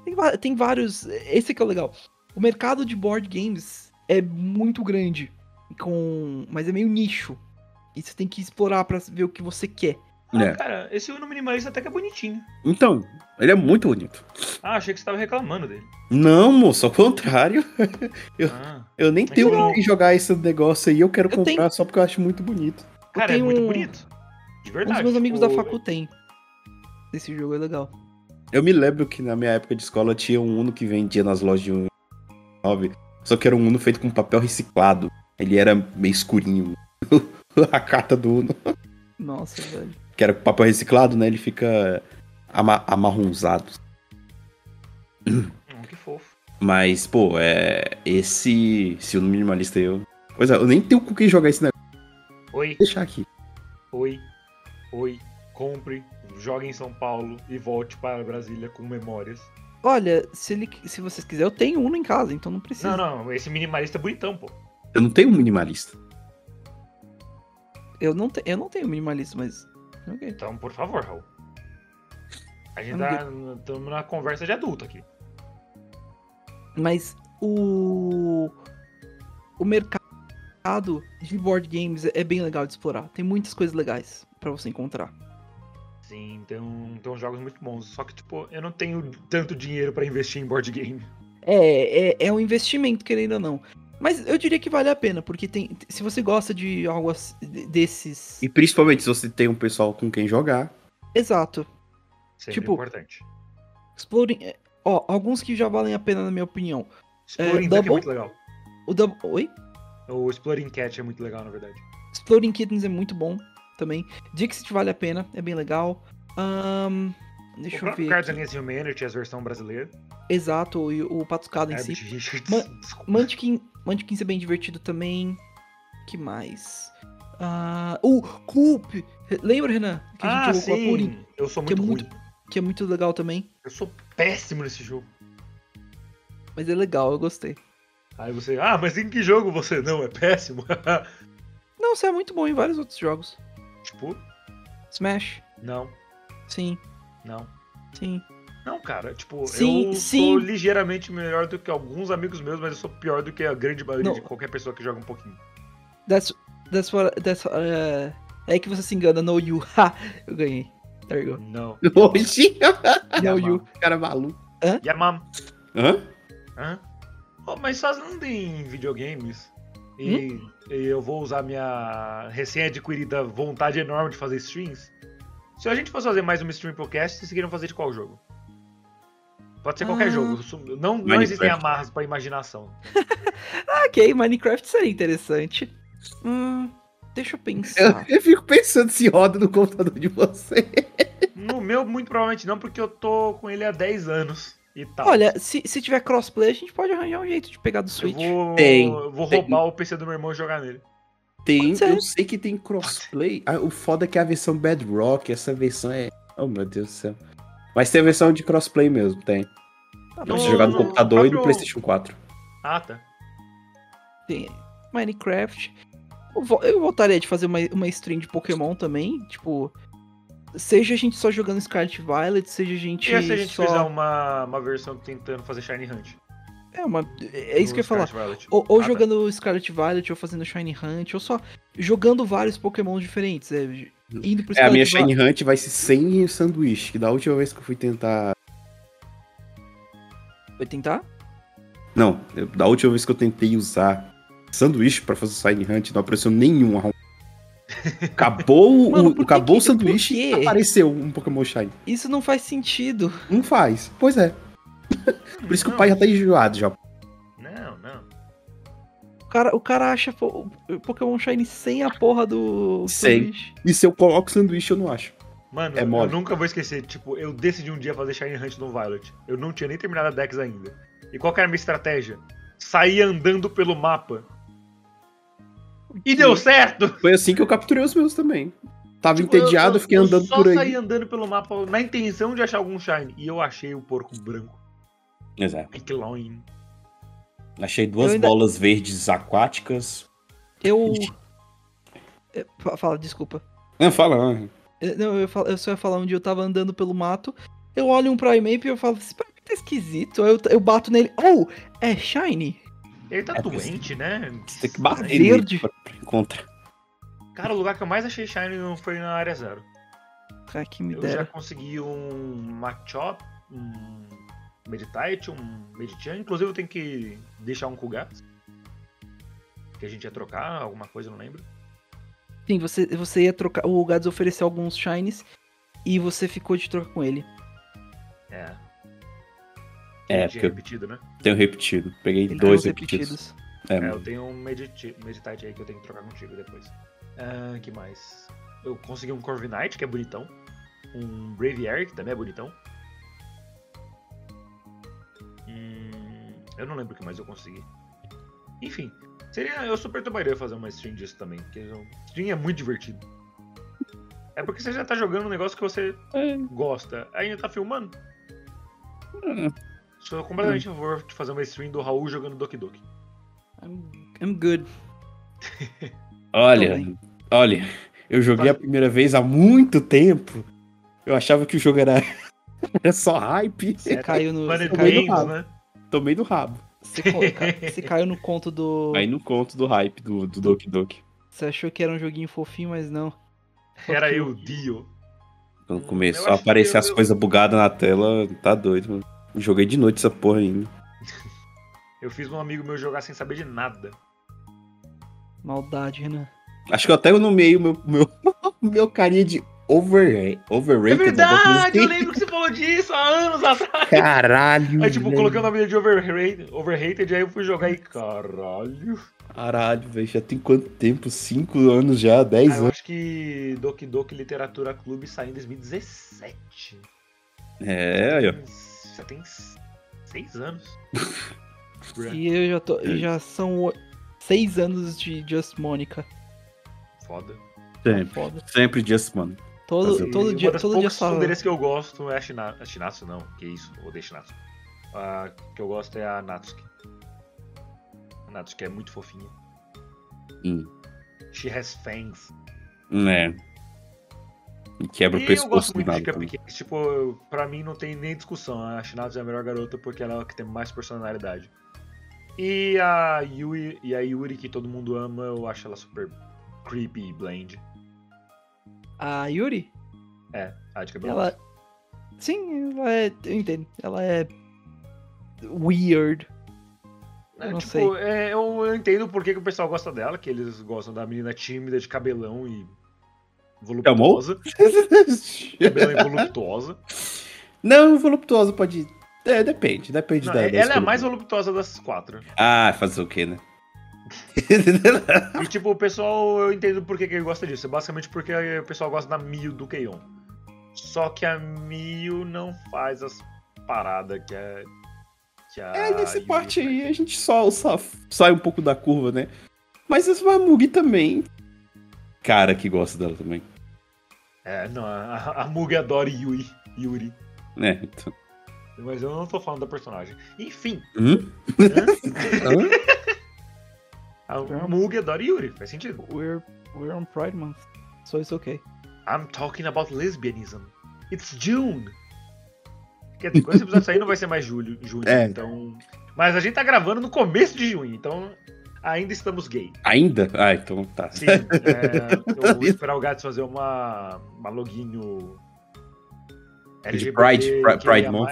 S1: Tem, va- tem vários. Esse que é o legal. O mercado de board games é muito grande. Com, mas é meio nicho. E você tem que explorar pra ver o que você quer. Um
S3: Ah,
S4: É.
S3: cara, esse Uno minimalista até que é bonitinho.
S4: Então, ele é muito bonito.
S3: Ah, achei que você tava reclamando dele.
S4: Não, moço, ao contrário. Eu-
S3: Ah.
S4: Eu nem
S3: Mas
S4: tenho
S3: não.
S4: que jogar esse negócio aí, eu quero
S1: é Eu
S4: comprar
S1: tenho.
S4: só porque eu acho muito bonito.
S3: Cara, é
S1: tenho
S3: muito
S1: um-
S3: bonito. De
S1: Um
S3: verdade.
S1: dos meus amigos da
S3: tipo,
S1: facu tem. Esse jogo é legal.
S4: Eu me lembro que na minha época de escola tinha um Uno que vendia nas lojas de 9, só que era um Uno feito com papel reciclado. Ele era meio escurinho. A carta do Uno,
S1: Nossa, velho.
S4: que era com papel reciclado, né? Ele fica ama amarronzado.
S3: Hum, que fofo.
S4: Mas, pô, é. Esse. Esse Uno minimalista aí, eu. Pois é, eu nem tenho com quem jogar esse negócio.
S3: Oi,
S4: Vou deixar aqui.
S3: oi, oi. Compre, jogue em São Paulo e volte para Brasília com memórias.
S1: Olha, se, ele, se vocês quiserem, eu tenho um em casa, então não precisa.
S3: Não, não, esse minimalista é bonitão, pô.
S4: Eu não tenho um minimalista.
S1: Eu, não te, eu não tenho minimalista, mas. ok.
S3: Então, por favor, Raul. A gente
S1: Eu
S3: tá. Estamos na conversa de adulto aqui.
S1: Mas o. O mercado de board games é bem legal de explorar. Tem muitas coisas legais pra você encontrar.
S3: Sim, tem, um, tem uns jogos muito bons. Só que, tipo, eu não tenho tanto dinheiro pra investir em board game.
S1: É, é, é um investimento, querendo ou não. Mas eu diria que vale a pena, porque tem, se você gosta de algo ass- de- desses.
S4: E principalmente se você tem um pessoal com quem jogar.
S1: Exato.
S3: Sempre
S1: Tipo,
S3: importante.
S1: Exploring. é, Ó, alguns que já valem a pena, na minha opinião.
S3: Exploring Duck é
S1: Double-
S3: muito legal.
S1: O Double. Oi?
S3: O Exploring Cat é muito legal, na verdade.
S1: Exploring Kittens é muito bom também. Dixit vale a pena, é bem legal. Ahn,
S3: O
S1: deixa eu
S3: próprio
S1: ver.
S3: Cards
S1: aqui.
S3: Against Humanity, as versão brasileira.
S1: Exato, e o Patuscada em
S3: Herbert
S1: si.
S3: Richards.
S1: Ma-
S3: Desculpa.
S1: Munchkin, Munchkins é bem divertido também. que mais? Ah, o Coop! Lembra, Renan? Que a
S3: Ah,
S1: gente jogou com a Purim,
S3: sim. Eu sou
S1: que é
S3: muito,
S1: muito,
S3: ruim.
S1: que é muito legal também.
S3: Eu sou péssimo nesse jogo.
S1: Mas é legal, eu gostei.
S3: Aí você, ah, mas em que jogo você não é péssimo?
S1: Não, isso é muito bom em vários outros jogos.
S3: tipo,
S1: Smash,
S3: não,
S1: sim,
S3: não.
S1: sim.
S3: Não, cara, tipo,
S1: Sim,
S3: eu
S1: sim.
S3: sou ligeiramente melhor do que alguns amigos meus, mas eu sou pior do que a grande maioria
S1: Não.
S3: de qualquer pessoa que joga um pouquinho.
S1: That's, that's what, that's, uh, é que você se engana, no you. Ha! Eu ganhei. There you
S3: Não.
S4: Hoje, é
S3: Ah,
S1: go. No you.
S4: cara maluco.
S3: Yamam.
S4: Hã?
S3: Hã? Ô, mas só não tem videogames. E,
S1: Hum?
S3: e eu vou usar minha recém-adquirida vontade enorme de fazer streams. Se a gente fosse fazer mais uma stream podcast, vocês queriam fazer de qual jogo? Pode ser qualquer
S1: Ah.
S3: jogo. Su- Não, não
S4: Minecraft.
S3: existem amarras pra imaginação.
S1: Ah, Ok, Minecraft seria interessante. Hum, deixa eu pensar.
S4: Eu, eu fico pensando se roda no computador de você.
S3: No meu, muito provavelmente não, porque eu tô com ele há 10 anos e
S4: Tá.
S3: tal.
S1: Olha, se, se tiver crossplay, a gente pode arranjar um jeito de pegar do
S3: eu
S1: Switch.
S3: vou,
S4: Tem,
S3: eu vou
S4: tem.
S3: roubar o PC do meu irmão e jogar nele.
S4: Tem,
S1: Pode ser.
S4: eu sei que tem crossplay. Ah, o foda é que a versão Bedrock, essa versão é. Oh meu Deus do céu. Mas tem a versão de crossplay mesmo, tem.
S1: Tá
S4: Dá pra
S3: No-
S4: você jogar no
S3: no
S4: computador e no
S3: próprio-
S4: PlayStation 4.
S3: Ah, tá.
S2: Tem.
S1: Minecraft. Eu vo- Eu voltaria de fazer uma, uma stream de Pokémon também. Tipo, seja a gente só jogando Scarlet Violet, seja a gente.
S3: E se a gente
S1: só...
S3: fizer uma, uma versão tentando fazer Shiny Hunt?
S1: É, uma... é isso
S3: do
S1: que eu ia falar.
S3: Scarlet Violet?
S1: Ou, ou
S3: Ah, tá.
S1: jogando Scarlet Violet, ou fazendo Shiny Hunt, ou só jogando vários Pokémon diferentes. É, indo pro
S4: É, a minha
S1: Scarlet
S4: Shine Hunt vai ser sem sanduíche, que da última vez que eu fui tentar.
S1: Vi- Vai tentar?
S4: Não, eu- da última vez que eu tentei usar sanduíche pra fazer Shine Hunt, não apareceu nenhum arrum- Acabou,
S1: Mano,
S4: o,
S1: por que
S4: acabou o
S1: que-
S4: sanduíche
S1: por
S4: e
S1: quê?
S4: apareceu um Pokémon Shine.
S1: Isso não faz sentido.
S4: Não faz. Pois é. Por isso que
S3: Não.
S4: o pai já tá enjoado já.
S3: Não, não.
S1: O cara, o cara acha po- o Pokémon Shiny sem a porra do.
S4: Sem.
S1: sanduíche.
S4: E se eu coloco sanduíche, eu não acho.
S3: Mano,
S4: É
S3: eu
S4: mole.
S3: nunca vou esquecer. Tipo, eu decidi um dia fazer Shiny Hunt no Violet. Eu não tinha nem terminado a Dex ainda. E qual que era a minha estratégia? Sair andando pelo mapa. E deu certo!
S4: Foi assim que eu capturei os meus também. Tava
S3: Tipo, eu-
S4: entediado,
S3: eu-
S4: fiquei
S3: eu
S4: andando por
S3: Só
S4: aí.
S3: saí andando pelo mapa na intenção de achar algum Shine. E eu achei o porco branco.
S4: Exato.
S3: Pickloin.
S4: Achei duas
S1: Eu ainda-
S4: bolas verdes aquáticas.
S1: Eu. É, fa- Fala, desculpa.
S4: Não, fala. ah.
S1: É, Não, eu, ia fal- eu só ia falar um dia eu tava andando pelo mato, eu olho um Primeape e eu falo, esse Primeape tá esquisito. Aí eu, eu bato nele, ou é Shiny?
S3: Ele tá
S4: É, porque
S3: doente, né?
S4: Você tem que bater
S1: Verde.
S4: nele pra, pra encontrar.
S3: Cara, o lugar que eu mais achei Shine não foi na área zero.
S1: Ah, que me
S3: Eu já
S4: É.
S1: dera.
S3: consegui um Machop, um Meditite, um Meditian. Inclusive eu tenho que deixar um Kugat. Que a gente ia trocar, alguma coisa, não lembro.
S1: Sim, você, você ia trocar, o Gads ofereceu alguns Shines e você ficou de troca com ele.
S3: É. Tinha
S4: É, porque eu
S3: repetido, né?
S4: tenho repetido. Peguei
S1: Ele tem
S4: dois
S1: uns
S4: repetidos.
S1: repetidos.
S4: É,
S3: É, eu
S4: mano.
S3: tenho um Mediti- Meditite aí que eu tenho que trocar contigo depois. Ah, que mais? Eu consegui um Corviknight, que é bonitão. Um Braviary, que também é bonitão. Hum, eu não lembro o que mais eu consegui. Enfim, seria. Eu super toparia fazer uma stream disso também, porque eu- stream é muito divertido. É porque você já tá jogando um negócio que você
S4: É.
S3: gosta, ainda tá filmando.
S4: É.
S3: Sou completamente a favor de fazer uma stream do Raul jogando Doki Doki.
S1: I'm, I'm good.
S4: Olha,
S1: Também.
S4: olha, eu joguei a primeira vez há muito tempo. Eu achava que o jogo era, era só hype.
S1: Você
S3: É,
S1: caiu no.
S3: Planet
S1: Você caiu,
S3: Games, né?
S4: Tomei do rabo.
S1: você co- ca- você caiu no conto do.
S4: Aí no conto do hype do, do Doki Doki.
S1: Você achou que era um joguinho fofinho, mas não.
S3: Era eu, Dio.
S4: Quando
S3: Hum,
S4: começou
S3: eu
S4: a
S3: acho que
S4: aparecer
S3: eu-
S4: as
S3: eu-
S4: coisas bugadas na tela, tá doido, mano. Joguei de noite essa porra ainda.
S3: Eu fiz um amigo meu jogar sem saber de nada.
S1: Maldade, Renan.
S4: Acho que eu até nomeei o meu, meu, meu carinha de over, overrated. alguma coisa assim.
S3: É lembro que você falou disso há anos atrás.
S4: Caralho.
S3: Aí, tipo,
S4: velho.
S3: coloquei o nome dele de overrated, overrated, aí eu fui jogar e caralho.
S4: Caralho, velho. Já tem quanto tempo? Cinco anos já? Dez
S3: Ah, eu
S4: anos?
S3: acho que Doki Doki Literatura Clube saiu em 2017.
S4: É, aí, ó.
S3: Já tem seis anos. Bruh,
S1: E eu já tô. Já são o- seis anos de Just Monica.
S3: Foda.
S4: Sempre.
S1: Foda.
S4: Sempre Just Mano.
S1: Todo,
S4: Fazer.
S1: todo
S3: E
S1: dia,
S3: uma das
S1: todo dia
S3: poucas
S1: só.
S3: sunderes que eu gosto é a Shina- a Shinatsu, não. Que isso, odeio Shinatsu. A que eu gosto é a Natsuki. A Natsuki é muito fofinha.
S4: Hum.
S3: She has fangs.
S4: É. E quebra o
S3: E eu
S4: pescoço
S3: gosto
S4: do
S3: muito de
S4: nada. também.
S3: cupcakes. Tipo, eu- pra mim não tem nem discussão. A Shinatsu é a melhor garota porque ela é a que tem mais personalidade. E a Yui e a Yuri, que todo mundo ama, eu acho ela super creepy e bland.
S1: A Yuri?
S3: É, a de cabelo.
S1: Ela. Sim, ela é. Eu entendo. Ela é. Weird.
S3: É,
S1: Eu não
S3: tipo,
S1: sei.
S3: é, eu, eu entendo por que, que o pessoal gosta dela, que eles gostam da menina tímida de cabelão e
S4: um
S3: voluptuosa. Cabelão e voluptuosa.
S4: Não, voluptuosa pode. É, depende, depende
S3: Não,
S4: da.
S3: é-
S4: da
S3: ela é a
S4: escolha.
S3: mais voluptuosa das quatro.
S4: Ah, fazer o quê, né?
S3: E tipo, o pessoal, eu entendo por que, que ele gosta disso. É basicamente porque o pessoal gosta da Mio do Keion. Só que a Mio não faz as paradas que a. Que a
S4: É, nesse
S3: Yuri
S4: parte
S3: faz.
S4: aí a gente só, só sai um pouco da curva, né? Mas as Mamugi também. Cara que gosta dela também.
S3: É, não, a, a Mugi adora Yui, Yuri.
S4: É, então.
S3: Mas eu não tô falando da personagem. Enfim,
S4: Hum? Hã?
S3: a
S1: Tá.
S3: Mug adora Yuri, faz sentido.
S1: We're, we're on Pride Month, so it's okay.
S3: I'm talking about lesbianism. It's June. Quer dizer, quando esse episódio sair não vai ser mais julho, junho,
S4: É.
S3: então... Mas a gente tá gravando no começo de junho, então ainda estamos gay.
S4: Ainda? Ah, então tá.
S3: Sim, é, eu vou esperar o Gats fazer uma, uma login
S4: De Pride- Pri- Pride Month.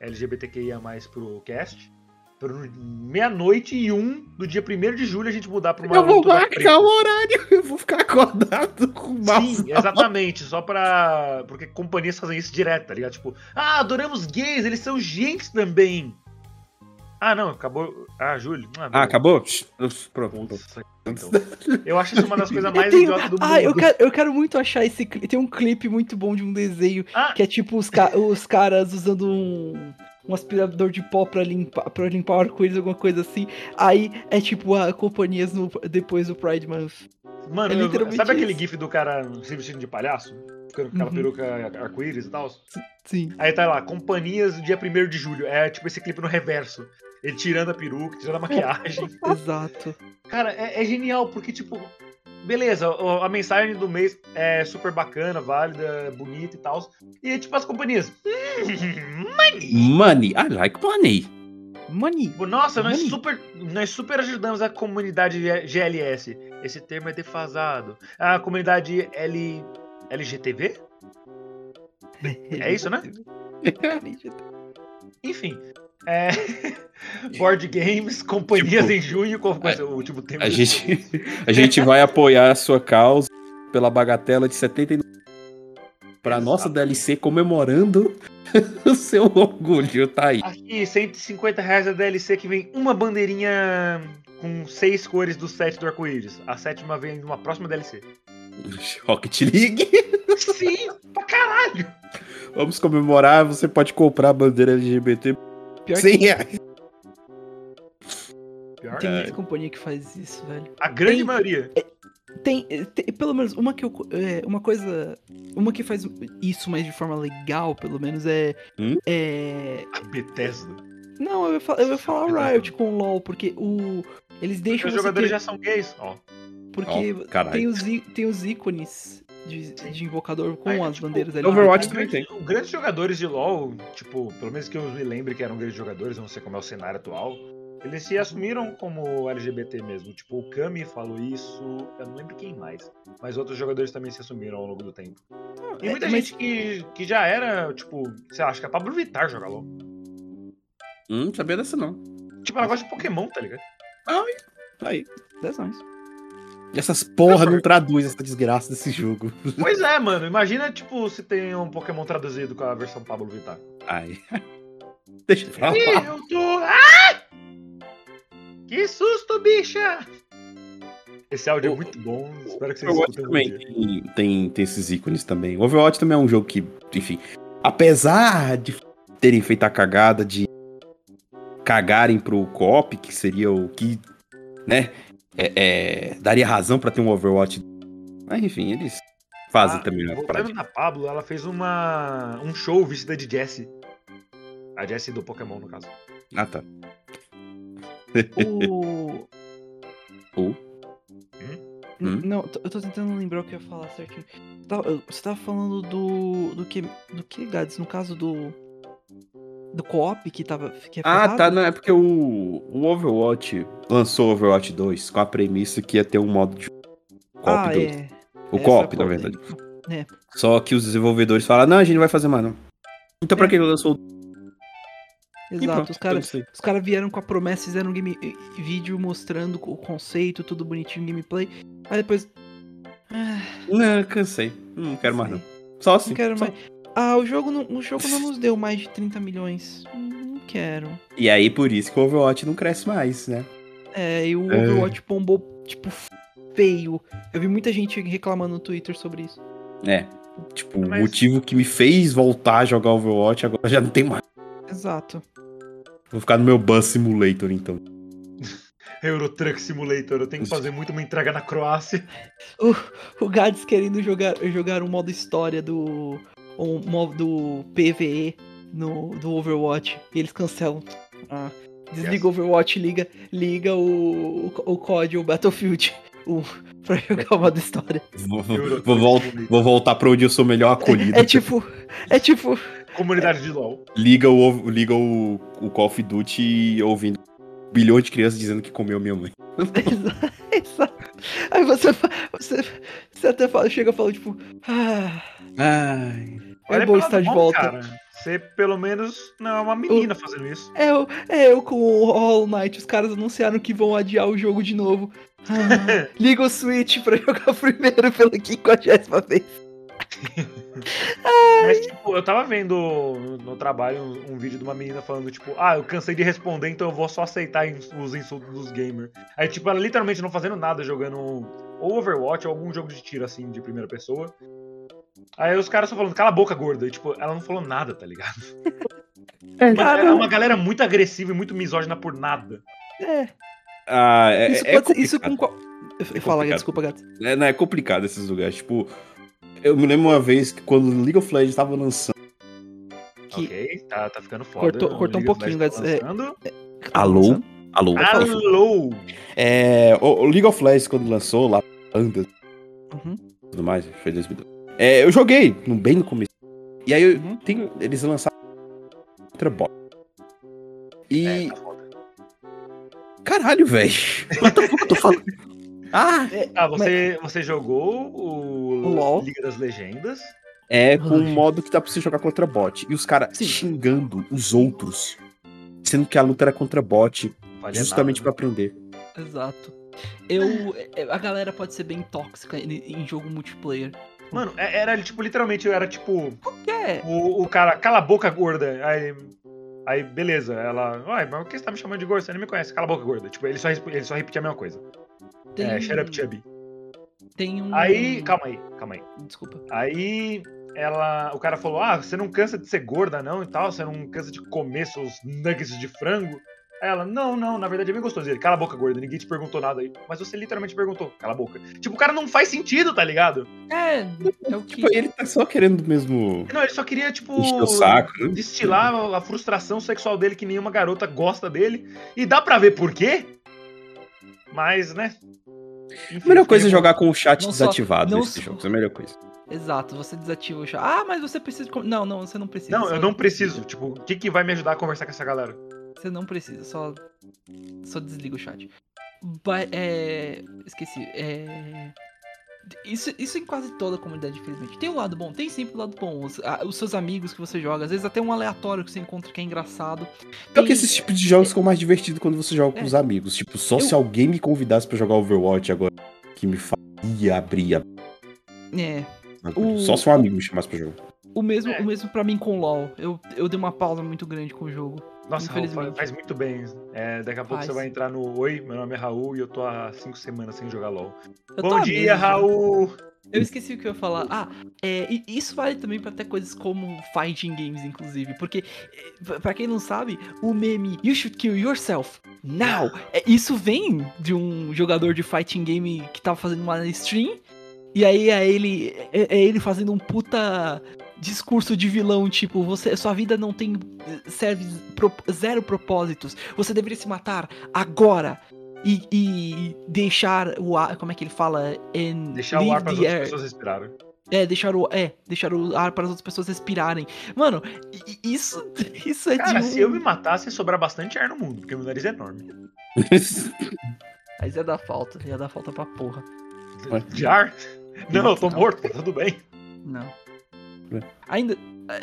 S3: LGBTQIA+, pro cast. Pra no- meia-noite e um do dia 1 de julho a gente mudar pra uma...
S4: Eu vou
S3: tuba preta.
S4: marcar o horário, eu vou ficar acordado com o mouse.
S3: Sim, exatamente, só pra... Porque companhias fazem isso direto, tá ligado? Tipo, ah, adoramos gays, eles são gente também. Ah, não, acabou... Ah, julho.
S4: Ah, acabou? Pronto.
S3: Putz, então. Eu acho isso uma das coisas mais
S1: Eu tenho-
S3: idiotas do mundo.
S1: Ah, eu quero, eu quero muito achar esse clipe. Tem um clipe muito bom de um desenho
S3: Ah,
S1: que é tipo os, ca- os caras usando um, um aspirador de pó pra limpar, pra limpar o arco-íris, alguma coisa assim. Aí é tipo a companhias no- depois do Pride Month.
S3: Mano,
S1: É
S3: eu-
S1: literalmente
S3: sabe aquele
S1: isso.
S3: gif do cara se vestindo de palhaço? Ficando com aquela
S1: Uhum.
S3: peruca arco-íris e tal?
S1: Sim.
S3: Aí tá lá, companhias do dia 1 de julho. É tipo esse clipe no reverso. Ele tirando a peruca, tirando a
S1: É.
S3: maquiagem.
S1: Exato.
S3: Cara, é, é genial, porque tipo. Beleza, o- a mensagem do mês é super bacana, válida, bonita e tal. E tipo as companhias. "Hum, Money!
S4: Money, I like money.
S1: Money.
S3: Tipo, Nossa, nós
S1: Money.
S4: Uhum.
S3: super, nós super ajudamos a comunidade G- GLS. Esse termo é defasado. A comunidade L... LGTV? É isso, né? Enfim. É... Board games, companhias
S4: Tipo,
S3: em junho, qual vai ser o último tema?
S4: A gente, a gente vai apoiar a sua causa pela bagatela de 79 para nossa
S3: Exato.
S4: DLC comemorando o seu orgulho, tá aí.
S3: Aqui, 150 reais a DLC que vem uma bandeirinha com seis cores do set do arco-íris. A sétima vem numa próxima DLC.
S4: Rocket League.
S3: Sim, pra caralho!
S4: Vamos comemorar, você pode comprar a bandeira LGBT por
S1: Pior
S4: 100 reais.
S3: Pior,
S1: que tem
S4: É.
S1: muita companhia que faz isso, velho.
S3: a grande
S1: tem- é,
S3: maioria.
S1: Tem, tem- pelo menos uma que eu, co- é, uma coisa, uma que faz isso, mas de forma legal, pelo menos é,
S4: Hum?
S1: é
S3: A Bethesda.
S1: não, eu ia, fa- eu ia falar o Riot com o LoL porque o eles
S3: Porque
S1: deixam
S3: os
S1: você
S3: jogadores
S1: ter-
S3: já são gays. Ó,
S1: porque
S4: Ó, caralho.
S1: tem os i- tem os ícones de, de invocador com
S3: Aí,
S1: as
S3: tipo,
S1: bandeiras ali.
S4: Overwatch
S1: Então,
S4: também tem.
S3: Os grandes jogadores de LoL, tipo, pelo menos que eu me lembre que eram grandes jogadores, eu não sei como é o cenário atual, eles se assumiram como LGBT mesmo. Tipo, o Kami falou isso, eu não lembro quem mais, mas outros jogadores também se assumiram ao longo do tempo. E
S1: é,
S3: muita
S1: mas-
S3: gente que, que já era, tipo, sei lá, acho que a Pablo Vittar joga LoL.
S4: Hum, não sabia dessa não.
S3: Tipo, ela gosta de Pokémon, tá ligado?
S4: Tá aí.
S1: that's nice.
S4: Essas porra não traduz essa desgraça desse jogo.
S3: Pois é, mano, imagina, tipo, se tem um Pokémon traduzido com a versão Pablo Vittar.
S4: Ai. Deixa pra
S3: Ih,
S4: lá.
S3: eu tô. Ah! Que susto, bicha! Esse áudio é
S4: O-
S3: muito bom. Espero que vocês
S4: Overwatch
S3: escutem
S4: também
S3: um dia.
S4: tem, tem, tem esses ícones também. O Overwatch também é um jogo que, enfim, apesar de terem feito a cagada de cagarem pro co-op, que seria o que, né, é- é, daria razão pra ter um Overwatch. Mas, enfim, eles fazem
S3: Ah,
S1: né,
S4: também a
S3: Voltando
S4: prática.
S3: na Pablo, ela fez uma um show vestida de Jessie. A Jessie do Pokémon, no caso.
S4: Ah,
S1: É
S4: tá.
S1: O
S4: Ou?
S1: N-
S4: Hum?
S1: Não, t- eu tô tentando lembrar o que eu ia falar certinho. Tá, eu- Você tava falando do. do que. Do que, Gads? No caso do. Do co-op que tava. Que é
S4: Ah,
S1: ferrado?
S4: tá. Não, é porque o, o Overwatch lançou o Overwatch 2 com a premissa que ia ter um modo de co-op
S1: Ah,
S4: 2.
S1: é.
S4: O
S1: Essa
S4: co-op, na
S1: porra
S4: verdade.
S1: aí. É.
S4: Só que os desenvolvedores falaram, não, a gente não vai fazer mais, não. Então pra
S1: É.
S4: que ele lançou o E
S1: Exato.
S4: pronto,
S1: os caras
S4: então, assim,
S1: os cara vieram com a promessa, fizeram um game, vídeo mostrando o conceito, tudo bonitinho, gameplay. Aí depois. Ah,
S4: Não, cansei. Não quero mais, não.
S1: sei,
S4: Só assim.
S1: Não quero
S4: só.
S1: mais. Ah, o jogo, não, o jogo não nos deu mais de 30 milhões. Hum, Não quero.
S4: E aí, por isso que o Overwatch não cresce mais, né?
S1: É, e o
S4: É.
S1: Overwatch bombou, tipo, feio. Eu vi muita gente reclamando no Twitter sobre isso.
S4: É. Tipo,
S3: Mas-
S4: o motivo que me fez voltar a jogar Overwatch agora já não tem mais.
S1: Exato.
S4: Vou ficar no meu Bus Simulator, então.
S3: Eurotruck Simulator. Eu tenho que fazer muito uma entrega na Croácia.
S1: O Gads querendo jogar, jogar um modo história do. Um modo do PVE no, do Overwatch. E eles cancelam. Ah, desliga o Overwatch, liga, liga o, o, o COD, o Battlefield. O, pra jogar o modo história.
S4: Vou, vou- vou vol- vou voltar pra onde eu sou melhor acolhido.
S1: É tipo. É tipo.
S3: Comunidade de LOL.
S4: Liga, o, ovo- liga o, o Call of Duty ouvindo bilhões de crianças dizendo que comeu minha mãe.
S1: Exa- Exato. Aí você, fa- você, você até fala, chega e fala, tipo, ah,
S4: Ai.
S1: é bom
S3: pelo
S1: estar de
S3: nome,
S1: volta.
S3: Cara. Você, pelo menos, não é uma menina fazendo isso.
S1: É eu, é eu com o Hollow Knight, os caras anunciaram que vão adiar o jogo de novo. Ah, liga o Switch pra jogar primeiro pela 50 vez.
S3: Mas, tipo, eu tava vendo no trabalho um, um vídeo de uma menina falando, tipo, ah, eu cansei de responder, então eu vou só aceitar ins- os insultos dos gamers. Aí, tipo, ela literalmente não fazendo nada, jogando ou Overwatch ou algum jogo de tiro, assim, de primeira pessoa. Aí os caras só falando, cala a boca, gorda. E, tipo, ela não falou nada, tá ligado? Uma, galera- uma galera muito agressiva e muito misógina por nada.
S1: É,
S4: Ah, é,
S1: isso
S4: é
S1: pode ser- isso
S4: complicado.
S1: com qual. Fala, Gato, desculpa, Gato.
S4: É, não, é complicado esses lugares. Tipo, eu me lembro uma vez que quando League of Legends tava lançando.
S1: Que-
S3: Ok, tá, tá ficando foda.
S1: Cortou- cortou um
S3: League of
S1: pouquinho,
S3: Legends tá
S1: Gads, é-
S3: lançando.
S1: Uhum.
S4: Alô? Alô?
S3: Alô!
S4: É, o, o League of Legends quando lançou lá, Andas
S1: Uhum.
S4: e tudo mais, acho que foi 2012. É, eu joguei no, bem no começo. E aí eu tenho- eles lançaram outra bot.
S3: É,
S4: E.
S3: tá foda.
S4: Caralho, velho. What the fuck eu tô falando? Ah!
S3: Ah, você, você jogou o,
S1: O LoL.
S3: Liga das Legendas?
S4: É com um modo que dá pra você jogar contra bot. E os caras
S1: Sim.
S4: xingando os outros. Sendo que a luta era contra bot,
S3: Não valia
S4: justamente pra
S3: nada,
S4: aprender.
S1: Exato. Eu. é- A galera pode ser bem tóxica em, em jogo multiplayer.
S3: né? Mano, é- era tipo, literalmente, era tipo,
S1: Que é.
S3: o, o cara, cala a boca, gorda. Aí, aí beleza, ela, uai, mas por que você tá me chamando de gorda? Você nem me conhece, cala a boca, gorda. Tipo, ele só, resp- ele só repetia a mesma coisa.
S1: Tem, um,
S3: É, shut up, chubby.
S1: tem um.
S3: Aí, calma aí, calma aí.
S1: Desculpa.
S3: Aí ela, o cara falou: "Ah, você não cansa de ser gorda não e tal, você não cansa de comer seus nuggets de frango?" Aí ela: "Não, não, na verdade é bem gostoso." Ele: "Cala a boca, gorda, ninguém te perguntou nada aí." Mas você literalmente perguntou. Cala a boca. Tipo, o cara não faz sentido, tá ligado?
S1: É, é o que.
S4: Tipo, ele tá só querendo mesmo
S3: Não, ele só queria tipo
S4: encher o saco. né?
S3: destilar a frustração sexual dele que nenhuma garota gosta dele e dá pra ver por quê? Mas, né?
S4: A melhor coisa é
S3: jogar.
S4: jogar com o chat
S1: Não só-
S4: desativado
S1: não
S4: nesse
S1: só-
S4: jogo. Isso é a melhor coisa.
S1: Exato, você desativa o chat. Ah, mas você precisa. de com- Não, não, você não precisa.
S3: Não,
S1: só-
S3: eu não preciso. Tipo, o que, que vai me ajudar a conversar com essa galera?
S1: Você não precisa, só. Só desliga o chat. Ba- é, Esqueci. É. Isso, isso em quase toda a comunidade, infelizmente. Tem o lado bom, tem sempre o lado bom. Os, a- os seus amigos que você joga, às vezes até um aleatório que você encontra que é engraçado.
S4: Pior
S1: Tem-
S4: que esses tipos de jogos ficam mais divertidos quando você joga com os amigos. Tipo, só se alguém me convidasse pra jogar Overwatch agora, que me faria abrir a...
S1: É. O-
S4: Só se um amigo me chamasse pra jogar.
S1: O mesmo,
S3: É.
S1: o mesmo pra mim com o LoL. Eu, eu dei uma pausa muito grande com o jogo.
S3: Nossa, Raul,
S1: Infelizmente.
S3: faz, faz muito bem. É, daqui a pouco
S1: Faz.
S3: você vai entrar no Oi, meu nome é Raul e eu tô há cinco semanas sem jogar LOL.
S1: Eu tô
S3: Bom
S1: há
S3: dia,
S1: meses, né?
S3: Raul!
S1: Eu esqueci o que eu ia falar. Ah, é, e isso vale também pra até coisas como fighting games, inclusive. Porque, é, pra quem não sabe, o meme You should kill yourself now. é, isso vem de um jogador de fighting game que tava fazendo uma stream. E aí é ele, é, é ele fazendo um puta discurso de vilão, tipo, você, sua vida não tem serve pro- zero propósitos. Você deveria se matar agora. E, e deixar o ar. Como é que ele fala? And
S3: Deixar o
S1: leave
S3: ar para as
S1: the
S3: outras
S1: air.
S3: pessoas respirarem.
S1: É, deixar o, é, deixar o ar para as outras pessoas respirarem. Mano, i- i- isso, isso é
S3: Cara,
S1: de um...
S3: se eu me matasse, ia sobrar bastante ar no mundo, porque meu nariz é enorme.
S1: Mas ia dar falta, ia dar falta pra porra.
S4: Ué?
S3: De ar? Não, eu tô
S1: Não.
S3: morto, tá tudo bem.
S1: Não.
S4: Ué?
S1: Ainda,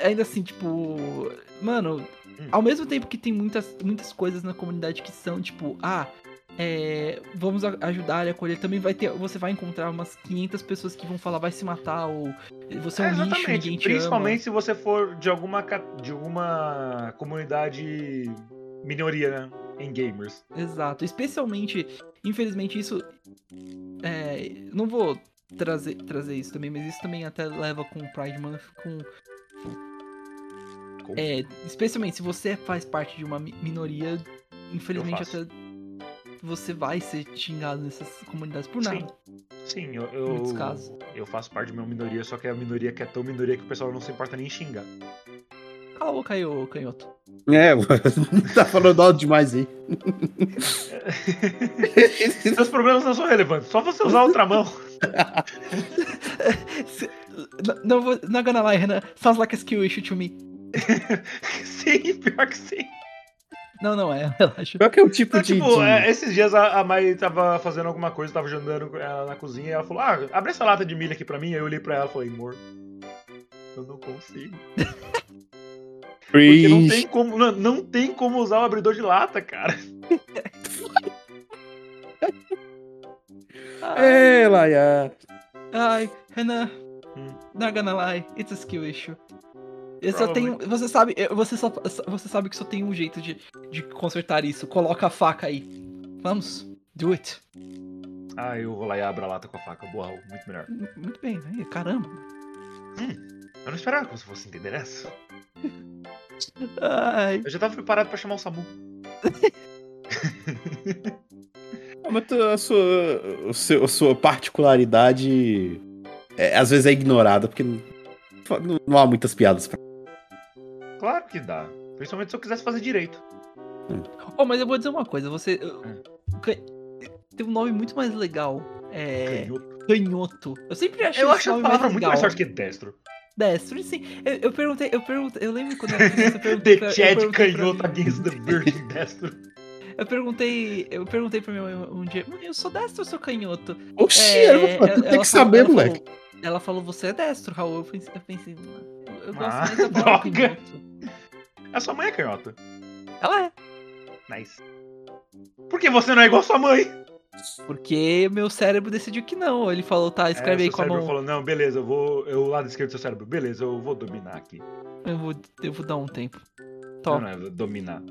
S1: ainda assim, tipo... Mano, ao mesmo tempo que tem muitas, muitas coisas na comunidade que são, tipo, ah... é, vamos a- ajudar e acolher. Também vai ter. Você vai encontrar umas 500 pessoas que vão falar vai se matar ou você é um
S3: É,
S1: lixo, ninguém te
S3: Principalmente se você for de alguma, ca- de alguma comunidade minoria, né? Em gamers.
S1: ama. Exato. Especialmente, infelizmente, isso É, não vou trazer, trazer isso também, mas isso também até leva com o Pride Month, com...
S3: Com-
S1: É, especialmente se você faz parte de uma mi- minoria, infelizmente
S3: Eu faço.
S1: até você vai ser xingado nessas comunidades por
S3: Sim.
S1: nada.
S3: Sim, eu,
S1: Em muitos
S3: eu,
S1: casos.
S3: eu faço parte de uma minoria, só que é a minoria que é tão minoria que o pessoal não se importa nem em xingar.
S1: Cala a boca aí, ô canhoto.
S4: É, mano, tá falando alto demais aí.
S3: Seus problemas não são relevantes, só você usar outra mão.
S1: N- Não, vou- not gonna lie, Renan. Sounds like a skill issue to me.
S3: sim, pior que sim.
S1: Não, não é, relaxa.
S4: Pior que é o tipo
S3: Não,
S4: de.
S3: tipo,
S4: de-
S3: é, esses dias a, a Mai tava fazendo alguma coisa, tava jantando com ela na cozinha e ela falou: Ah, abre essa lata de milho aqui pra mim. Aí eu olhei pra ela e falei: Amor, eu não consigo. Porque não
S4: Cringe.
S3: tem, como, não, não tem como usar o abridor de lata, cara.
S1: Ai,
S4: É, Laia.
S1: ai, Renan.
S3: É. Hum.
S1: Not gonna lie, it's a skill issue. Eu só tenho, você sabe, eu- você, só, você sabe que só tem um jeito de, de consertar isso. Coloca a faca aí. Vamos, do it.
S3: Ah, eu vou lá e abro a lata com a faca. Boa, muito melhor.
S1: M- Muito bem, né? caramba.
S3: Eu não esperava que você fosse entender essa.
S1: Ai,
S3: Eu já tava preparado pra chamar o Samu.
S4: Ah, Mas tu- a sua, o seu- a sua particularidade é, às vezes é ignorada, porque não, não- não há muitas piadas pra.
S3: Claro que dá. Principalmente se eu quisesse fazer direito.
S1: oh, mas eu vou dizer uma coisa, você
S3: Hum.
S1: can- tem um nome muito mais legal. É.
S3: Canhoto.
S1: Canhoto. Eu sempre achei
S3: Eu
S1: esse
S3: acho a
S1: nome mais
S3: palavra muito
S1: legal.
S3: mais forte que destro.
S1: Destro, sim. Eu, eu perguntei, eu perguntei, eu lembro quando eu era criança, eu perguntei.
S3: The
S1: pra- eu
S3: Chad
S1: perguntei pra
S3: canhoto
S1: mim-
S3: against the Virgin destro.
S1: Eu perguntei, eu perguntei pra minha mãe um dia, mãe, eu sou destro ou sou canhoto?
S4: Oxi,
S1: É,
S4: eu vou falar, tu
S1: ela-
S4: tem
S1: ela
S4: que saber,
S1: falou- ela
S4: moleque.
S1: falou- ela falou, você é destro, Raul. Eu pensei, eu, pensei, "Ah, eu- eu gosto
S3: Ah,
S1: mais da palavra
S3: droga.
S1: canhoto.
S3: A sua mãe é canhota.
S1: Ela é,
S3: Nice. Por que você não é igual a sua mãe?
S1: porque meu cérebro decidiu que não. Ele falou, tá, escreve
S3: É,
S1: aí
S3: seu
S1: com a
S3: cérebro
S1: mão.
S3: falou, não, beleza, eu vou. Eu, o lado esquerdo do seu cérebro, beleza, eu vou dominar aqui.
S1: Eu, vou, eu vou dar um tempo. Top.
S3: Não, não, eu vou dominar.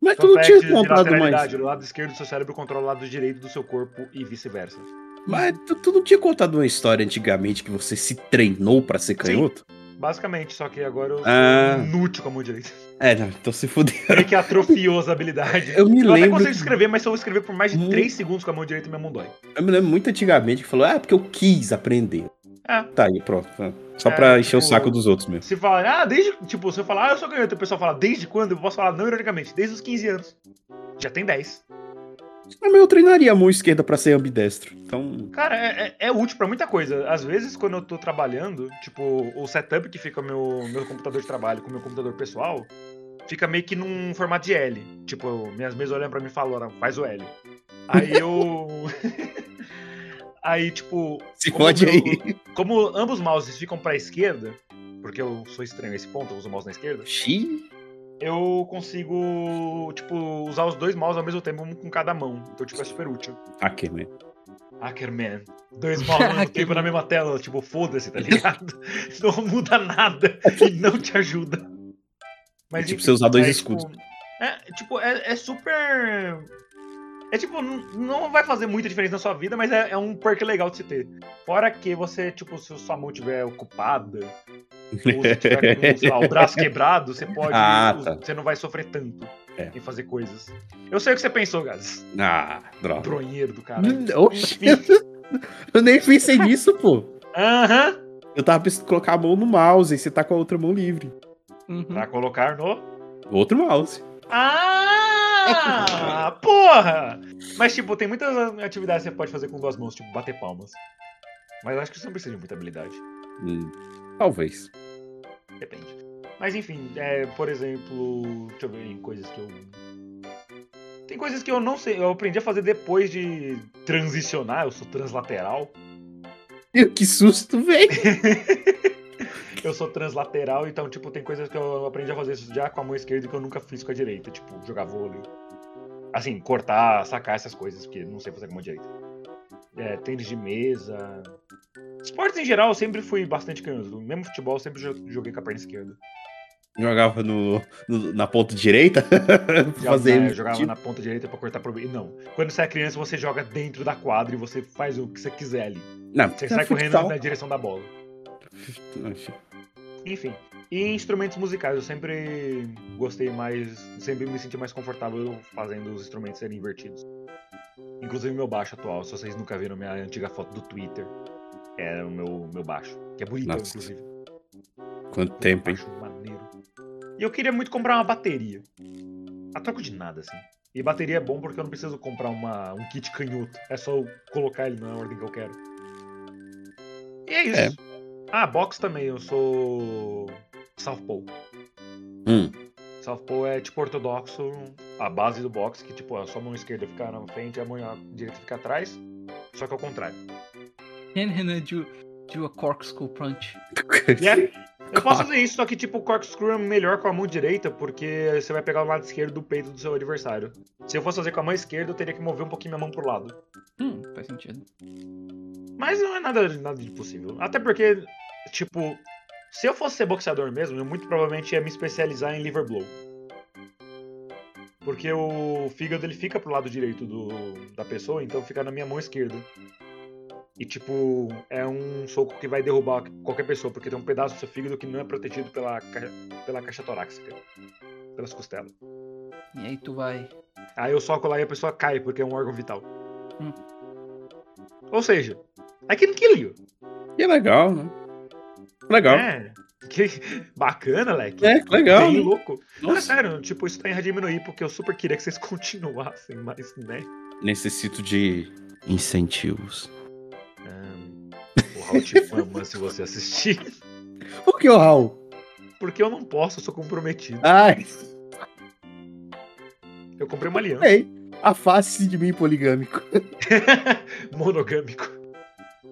S4: Mas tu
S3: Fun
S4: não
S3: fact
S4: tinha
S3: de
S4: contado mais.
S3: lateralidade, O lado esquerdo do seu cérebro controla o lado direito do seu corpo e vice-versa.
S4: Mas tu, tu não tinha contado uma história antigamente que você se treinou pra ser canhoto?
S3: Basicamente, só que agora eu sou um
S4: Ah.
S3: inútil com a mão direita.
S4: É, não, então se fudeu.
S3: Meio que atrofiou as habilidades.
S4: Eu me
S3: Eu até
S4: lembro.
S3: consigo escrever, mas se eu escrever por mais de
S4: Hum.
S3: 3 segundos com a mão direita, minha mão dói.
S4: Eu me lembro muito antigamente que falou, ah, porque eu quis aprender.
S3: É.
S4: Tá aí, pronto. tá. Só
S3: É,
S4: pra encher o
S3: tipo,
S4: saco dos outros mesmo.
S3: Se falar, ah, desde. Tipo, se eu falar, ah, eu sou canhoto, o pessoal fala, desde quando? Eu posso falar, não ironicamente, desde os 15 anos. Já tem 10.
S4: Ah, mas eu treinaria a mão esquerda pra ser ambidestro. Então.
S3: Cara, é, é- é útil pra muita coisa. Às vezes, quando eu tô trabalhando, tipo, o setup que fica meu, meu computador de trabalho com o meu computador pessoal, fica meio que num formato de L. Tipo, minhas mesas olham pra mim e falam, "Ora, faz o L. Aí eu. aí, tipo,
S4: Se
S3: Como
S4: pode
S3: meu-
S4: aí.
S3: como ambos os mouses ficam pra esquerda, porque eu sou estranho nesse ponto, eu uso o mouse na esquerda,
S4: Xiii.
S3: eu consigo, tipo, usar os dois mouses ao mesmo tempo, um com cada mão. Então, tipo, é super útil.
S4: Aqui, né?
S3: Hackerman. Dois mal ao mesmo tempo
S1: Hackerman.
S3: na mesma tela, tipo, foda-se, tá ligado? Não muda nada e não te ajuda.
S4: É tipo você usar dois escudos.
S3: Tipo, é, tipo, é, é super. É tipo, não, não vai fazer muita diferença na sua vida, mas é, é um perk legal de se ter. Fora que você, tipo, se sua mão estiver ocupada, ou se tiver com, sei lá, o braço quebrado, você pode.
S4: Ah, tá.
S3: Você não vai sofrer tanto
S4: É.
S3: em fazer coisas. Eu sei o que você pensou, Gaz.
S4: Ah, droga.
S3: Bronheiro do caralho.
S4: Hum, Oxi,
S3: Enfim.
S4: eu nem pensei nisso, pô.
S3: Aham.
S4: Eu tava pensando em colocar a mão no mouse e você tá com a outra mão livre.
S1: Uhum.
S3: Pra colocar no.
S4: Outro mouse.
S3: Ah! porra! Mas, tipo, tem muitas atividades que você pode fazer com duas mãos, tipo, bater palmas. Mas eu acho que você não precisa de muita habilidade.
S4: Hum, talvez.
S3: Depende. Mas, enfim, é, por exemplo, deixa eu ver em coisas que eu. Tem coisas que eu não sei, eu aprendi a fazer depois de transicionar, eu sou translateral.
S4: Ih, Que susto, velho.
S3: Eu sou translateral, então, tipo, tem coisas que eu aprendi a fazer já com a mão esquerda que eu nunca fiz com a direita, tipo, jogar vôlei. Assim, cortar, sacar essas coisas, porque não sei fazer com a mão direita. É, tênis de mesa. Esportes em geral, eu sempre fui bastante canhoto. Mesmo futebol, eu sempre jo- joguei com a perna esquerda.
S4: Jogava no, no- na ponta direita?
S3: Já-
S4: fazer um
S3: né, eu jogava na ponta direita pra cortar pro. e Não. Quando você é criança, você joga dentro da quadra e você faz o que você quiser ali.
S4: Não,
S3: Você
S4: é
S3: sai correndo
S4: futsal.
S3: na direção da bola. Enfim. E instrumentos musicais, eu sempre gostei mais, sempre me senti mais confortável fazendo os instrumentos serem invertidos. Inclusive meu baixo atual, se vocês nunca viram minha antiga foto do Twitter, é o meu, meu baixo, que é bonito,
S4: Nossa,
S3: inclusive.
S4: Quanto
S3: Um
S4: tempo, hein?
S3: baixo maneiro. E eu queria muito comprar uma bateria. A troco de nada, assim. E bateria é bom porque eu não preciso comprar uma, um kit canhoto. É só eu colocar ele na ordem que eu quero. E é isso. Ah, box também. Eu sou. Southpaw.
S4: Hum.
S3: Southpaw é tipo ortodoxo, a base do box, que tipo, a sua mão esquerda fica na frente e a mão direita fica atrás. Só que ao contrário.
S1: Can Renan do, do a corkscrew punch?
S3: Yeah. É? Eu posso fazer isso, só que tipo, o corkscrew é melhor com a mão direita, porque você vai pegar o lado esquerdo do peito do seu adversário. Se eu fosse fazer com a mão esquerda, eu teria que mover um pouquinho minha mão pro lado.
S1: Hum, faz sentido.
S3: Mas não é nada, nada de possível. Até porque, tipo, se eu fosse ser boxeador mesmo, eu muito provavelmente ia me especializar em liver blow. Porque o fígado ele fica pro lado direito do, da pessoa, então fica na minha mão esquerda. E tipo, é um soco que vai derrubar qualquer pessoa, porque tem um pedaço do seu fígado que não é protegido pela, ca- pela caixa torácica, pelas costelas.
S1: E aí tu vai.
S3: Aí eu soco lá e a pessoa cai, porque é um órgão vital.
S1: Hum.
S3: Ou seja, I can kill you.
S4: E é legal, né? Legal. É,
S3: É. Que bacana, leque.
S4: legal.
S3: Bem
S4: né?
S3: louco. Não, é
S4: Nossa.
S3: sério, tipo, isso tá a diminuir, porque eu super queria que vocês continuassem, mas, né?
S4: Necessito de incentivos.
S3: Ahn, O Raul te fama se você assistir.
S4: Por que o Raul?
S3: Porque eu não posso, eu sou comprometido.
S4: Ai,
S3: Eu comprei uma aliança.
S4: ei. Afaste-se de mim, poligâmico.
S3: Monogâmico.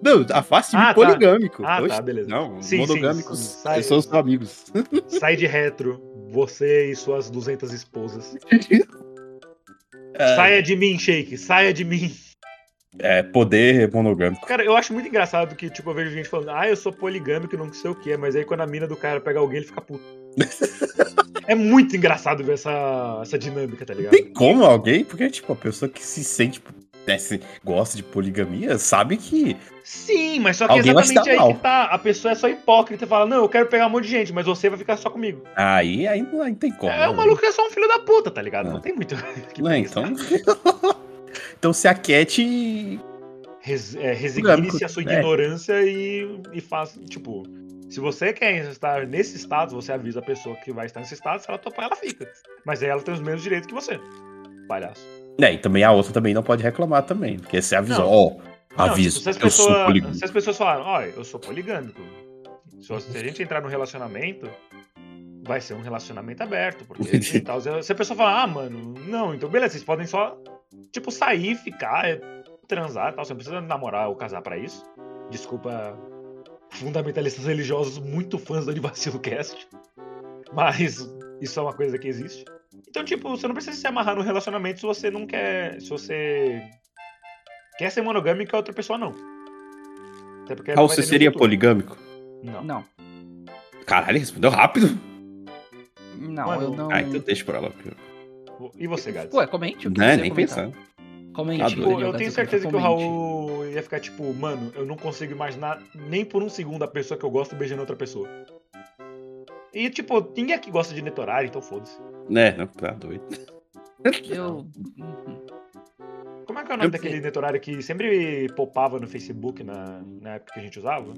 S4: Não, afaste-se de
S3: Ah,
S4: mim,
S3: tá.
S4: poligâmico.
S3: Ah,
S4: Oxe,
S3: tá, beleza.
S4: Não,
S3: Sim,
S4: monogâmicos.
S3: sim, sai.
S4: eu sou os amigos.
S3: Sai de retro, você e suas 200 esposas.
S4: Ah.
S3: Saia de mim, Shake, saia de mim.
S4: É, poder monogâmico.
S3: Cara, eu acho muito engraçado que, tipo, eu vejo gente falando, ah, eu sou poligâmico e não sei o que, mas aí quando a mina do cara pega alguém, ele fica puto. é muito engraçado ver essa, essa dinâmica, tá ligado?
S4: Tem como alguém? Porque, tipo, a pessoa que se sente, né, se gosta de poligamia, sabe que.
S3: Sim, mas só que
S4: Alguém vai se
S3: exatamente
S4: dar
S3: aí
S4: mal.
S3: que tá. A pessoa é só hipócrita e fala, não, eu quero pegar um monte de gente, mas você vai ficar só comigo.
S4: Aí, aí não, aí não tem como.
S3: É, o maluco é só um filho da puta, tá ligado?
S4: É.
S3: Não tem muito. que
S4: Né, então.
S3: pensar.
S4: então se aquete.
S3: Res- é,
S4: Polêmico,
S3: Resigne-se à sua
S4: é.
S3: ignorância e, e faça, tipo, se você quer estar nesse estado, você avisa a pessoa que vai estar nesse estado, se ela topar, ela fica. Mas aí ela tem os mesmos direitos que você. Palhaço.
S4: Né, e também a outra também não pode reclamar também. Porque você avisou,
S3: Não.
S4: ó,
S3: Não,
S4: aviso,
S3: tipo, se, as
S4: eu sou
S3: pessoas,
S4: poligâmico.
S3: se as pessoas falaram, olha, eu sou poligâmico. Se, você- se a gente entrar num relacionamento, vai ser um relacionamento aberto. Porque e tal. se a- se a pessoa falar, ah, mano, não, então beleza, vocês podem só, tipo, sair, ficar, é, transar e tal. Você não precisa namorar ou casar pra isso. Desculpa, fundamentalistas religiosos muito fãs do Anivacilo Cast. Mas isso é uma coisa que existe. Então, tipo, você não precisa se amarrar num relacionamento se você não quer. Se você quer ser monogâmico e a outra pessoa não. Até porque não
S4: Raul,
S3: vai
S4: você
S3: ter
S4: seria
S3: nenhum futuro.
S4: é poligâmico?
S3: Não.
S1: Não.
S4: Caralho, respondeu rápido.
S1: Não,
S3: Mano,
S1: eu não.
S4: Ah, então deixa pra lá. porque-
S3: E você, Gads?
S1: Ué, comente o que
S4: Né,
S1: você
S4: nem
S1: ia comentar.
S4: pensar.
S1: Comente.
S4: Tá
S3: Tipo,
S4: doido.
S1: Daniel
S3: eu tenho
S1: Gazzetta,
S3: certeza que o
S1: comente.
S3: Raul ia ficar tipo, mano, eu não consigo imaginar nem por um segundo a pessoa que eu gosto beijando outra pessoa. E, tipo, ninguém aqui gosta de netorar, então foda-se.
S4: Né, não, tá doido.
S1: Eu.
S3: Como é que é o nome
S4: Eu-
S3: daquele netorário que sempre popava no Facebook na, na época que a gente usava?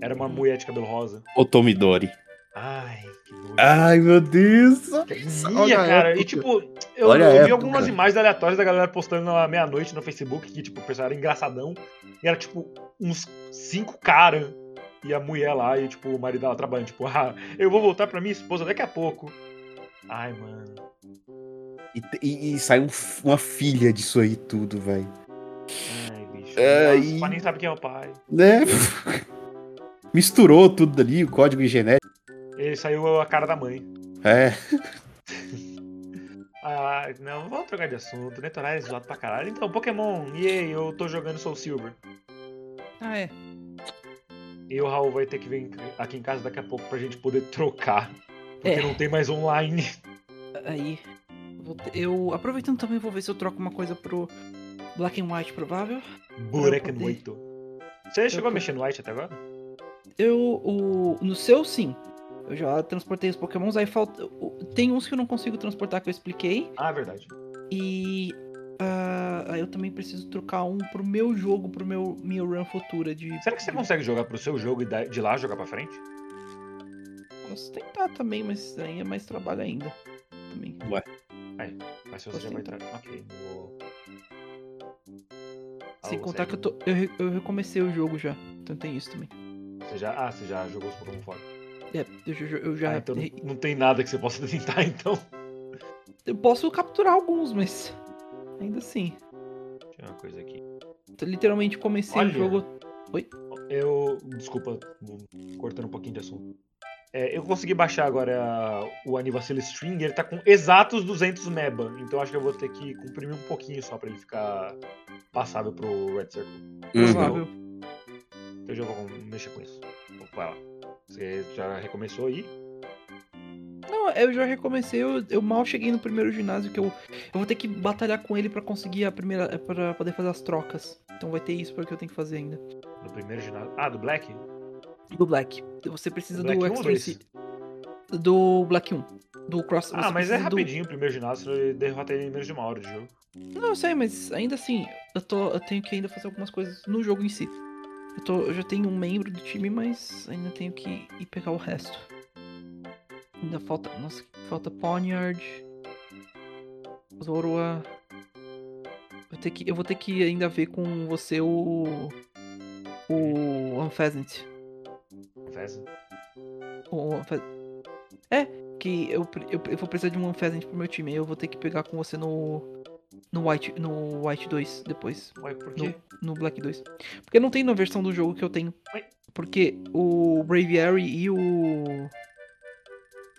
S3: Era
S1: Uhum.
S3: uma mulher de cabelo rosa.
S4: Otomidori.
S3: Ai, que nojo.
S4: Ai, meu Deus.
S3: Ia,
S4: Olha a
S3: cara. E
S4: época.
S3: tipo, eu,
S4: Olha a
S3: eu vi
S4: época.
S3: algumas imagens aleatórias da galera postando na meia-noite no Facebook, que, tipo, o pessoal era engraçadão. E era, tipo, uns cinco caras e a mulher lá, e, tipo, o marido dela trabalhando, tipo, ah, eu vou voltar pra minha esposa daqui a pouco. Ai, mano.
S4: E, e, e sai um f- uma filha disso aí tudo, velho.
S3: Ai, bicho.
S4: É,
S3: Nossa,
S4: e-
S3: o pai nem sabe quem é o pai.
S4: Né? Misturou tudo ali, o código genético.
S3: Ele saiu a cara da mãe.
S4: É.
S3: Ah, não, vamos trocar de assunto. Netorar é zoado pra caralho. Então, Pokémon, e aí, eu tô jogando Soul Silver.
S1: Ah, é.
S3: E o Raul vai ter que vir aqui em casa daqui a pouco pra gente poder trocar. Porque
S1: É.
S3: não tem mais online.
S1: Aí. vou te- Eu. Aproveitando também, vou ver se eu troco uma coisa pro Black and White provável.
S3: Buraco
S1: Eu
S3: no
S1: poder.
S3: oito. Você chegou a
S1: poder.
S3: mexer no White até agora?
S1: Eu. O, no seu, sim. Eu já transportei os pokémons, aí falta. o- Tem uns que eu não consigo transportar que eu expliquei.
S3: Ah, é verdade.
S1: E. ah, aí eu também preciso trocar um pro meu jogo, pro meu minha run futura de.
S3: Será que você consegue jogar pro seu jogo e da- de lá jogar pra frente?
S1: anos. Tentar também, mas aí é mais trabalho ainda. Também.
S3: Mas se você já vai entrar. Ok. Vou...
S1: Sem
S3: Alô,
S1: contar que
S3: Zé,
S1: eu, tô, eu, re- eu recomecei o jogo já. Então tem isso também.
S3: Você já... Ah, você já jogou os Pokémon fora.
S1: É, eu, já- eu já.
S3: Ah, então não, não tem nada que você possa tentar, então.
S1: Eu posso capturar alguns, mas. Ainda assim.
S3: Deixa eu ver uma coisa aqui.
S1: Eu Literalmente comecei
S3: Olha.
S1: o jogo.
S3: Eu. Desculpa, cortando um pouquinho de assunto. É, eu consegui baixar agora o Anivacil String, ele tá com exatos 200 MB, então acho que eu vou ter que comprimir um pouquinho só pra ele ficar passável pro Red Circle.
S4: Uhum.
S1: provável.
S3: Então eu já vou mexer com isso. Então, Vai lá. Você já recomeçou aí?
S1: Não, eu já recomecei, eu, eu mal cheguei no primeiro ginásio que eu. Eu vou ter que batalhar com ele pra conseguir a primeira. pra poder fazer as trocas. Então vai ter isso pra que eu tenho que fazer ainda.
S3: No primeiro ginásio. Ah, do Black?
S1: Do Black. Você precisa
S3: Black
S1: do
S3: 1 ou
S1: extra
S3: 2?
S1: rece- Do Black 1. Do Cross.
S3: Ah,
S1: você
S3: mas é
S1: precisa do-
S3: rapidinho o primeiro ginásio, ele derrota ele em menos de uma hora de jogo.
S1: Não, eu sei, mas ainda assim, eu, tô, eu tenho que ainda fazer algumas coisas no jogo em si. Eu, tô, eu já tenho um membro do time, mas ainda tenho que ir pegar o resto. Ainda falta. Nossa, falta Ponyard. Zorua. Eu, ter que, eu vou ter que ainda ver com você o. O Unpheasant.
S3: Confesso.
S1: O Unphe- um, É, que eu, pre- eu, eu vou precisar de um Unpheasant pro meu time. aí Eu vou ter que pegar com você no. No White, no White 2 depois.
S3: Ué, por
S1: No,
S3: quê?
S1: no Black 2. Porque não tem na versão do jogo que eu tenho.
S3: Ué?
S1: Porque o Braviary e o.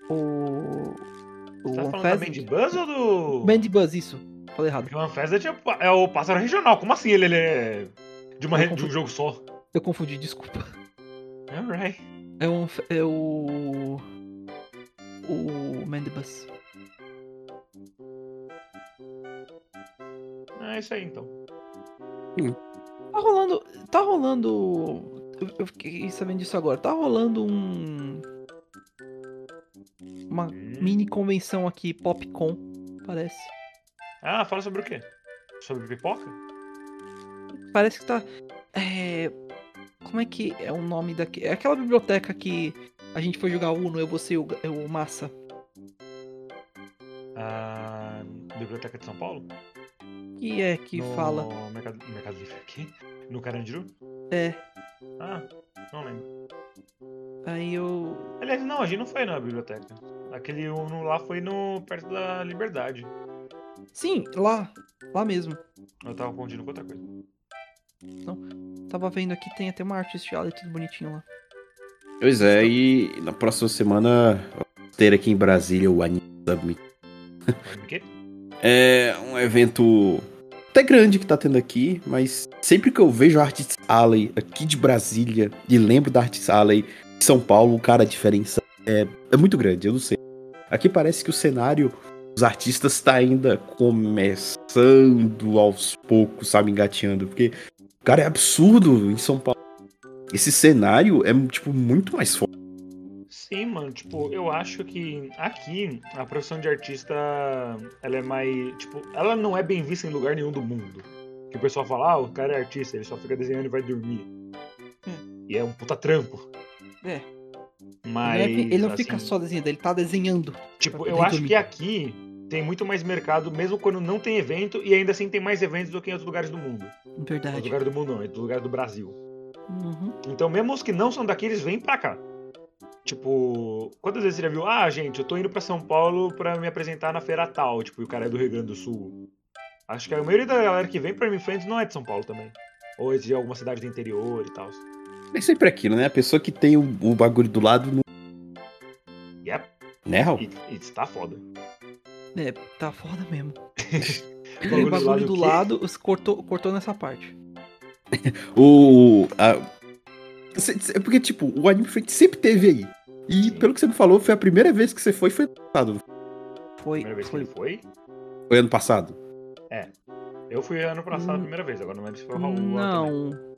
S1: O.
S3: Você
S1: O
S3: tá falando da Mandy Buzz ou do.
S1: Bandy Buzz, isso. Falei errado.
S3: Porque o Unfazed é, pa- é o pássaro regional. Como assim ele, ele é de,
S1: Eu
S3: uma, re- de um
S1: confundi.
S3: jogo só?
S1: Eu confundi, desculpa.
S3: Alright.
S1: É um. É o. O Mandibus.
S3: É isso aí então.
S1: Tá rolando. Tá rolando. Eu, eu fiquei sabendo disso agora. Tá rolando um. Uma mini convenção aqui, Popcon, parece.
S3: Ah, fala sobre o quê? Sobre pipoca?
S1: Parece que tá. É. Como é que é o nome daqui? É aquela biblioteca que a gente foi jogar Uno, eu, você e o, Ga- o Massa.
S3: Ah, Biblioteca de São Paulo?
S1: Que é que
S3: no
S1: fala.
S3: Mercado, Mercado Livre aqui? No Carandiru?
S1: É.
S3: Ah, não lembro.
S1: Aí eu.
S3: Aliás, não, a gente não foi na biblioteca. Aquele Uno lá foi no perto da Liberdade.
S1: Sim, lá. Lá mesmo.
S3: Eu tava confundindo com outra coisa.
S1: Tava vendo aqui, tem até uma arte estilada e tudo bonitinho lá.
S4: Pois é, e na próxima semana vamos ter aqui em Brasília o Anime Summit.
S3: Mas o quê?
S4: É um evento até grande que tá tendo aqui, mas sempre que eu vejo a Artist Alley aqui de Brasília e lembro da Artist Alley de São Paulo, cara, a diferença é, é muito grande, eu não sei. Aqui parece que o cenário dos artistas tá ainda começando aos poucos, sabe, engateando, porque, cara, é absurdo em São Paulo. Esse cenário é, tipo, muito mais forte.
S3: Sim, mano, tipo, eu acho que aqui a profissão de artista, ela é mais, tipo, ela não é bem vista em lugar nenhum do mundo. Que o pessoal fala, ah, o cara é artista, ele só fica desenhando e vai dormir. E é um puta trampo.
S1: Hum. É.
S3: Mas,
S1: ele não, é que- ele não
S3: assim,
S1: fica só desenhando, ele tá desenhando.
S3: Tipo,
S1: pra
S3: eu
S1: poder
S3: acho
S1: dormir.
S3: que aqui tem muito mais mercado, mesmo quando não tem evento, e ainda assim tem mais eventos do que em outros lugares do mundo. Outros
S1: Verdade.
S3: lugares do mundo não, é do lugar do Brasil.
S1: Uhum.
S3: Então, mesmo os que não são daqui, eles vêm pra cá. Tipo, quantas vezes você já viu? Ah, gente, eu tô indo pra São Paulo pra me apresentar na feira tal. Tipo, e o cara é do Rio Grande do Sul. Acho que a maioria da galera que vem pra Anime Friends não é de São Paulo também. Ou é de alguma cidade do interior e tal.
S4: É sempre aquilo, né? A pessoa que tem o, o bagulho do lado... Não...
S3: Yep.
S4: Né, Raul?
S3: E, e isso tá foda.
S1: É, tá foda mesmo.
S3: O
S1: O bagulho do
S3: o quê?
S1: lado, os- cortou, cortou nessa parte.
S4: O. a- cê- cê- é porque, tipo, o Anime Friends sempre teve aí. E
S3: Sim.
S4: pelo que você me falou, foi a primeira vez que você foi, foi ano passado.
S1: Foi.
S3: Primeira vez que
S1: foi
S3: ele foi.
S4: Foi ano passado.
S3: Eu fui ano passado a
S1: Hum.
S3: primeira vez, agora não é lembro se foi o Raul. ou eu também.
S1: não.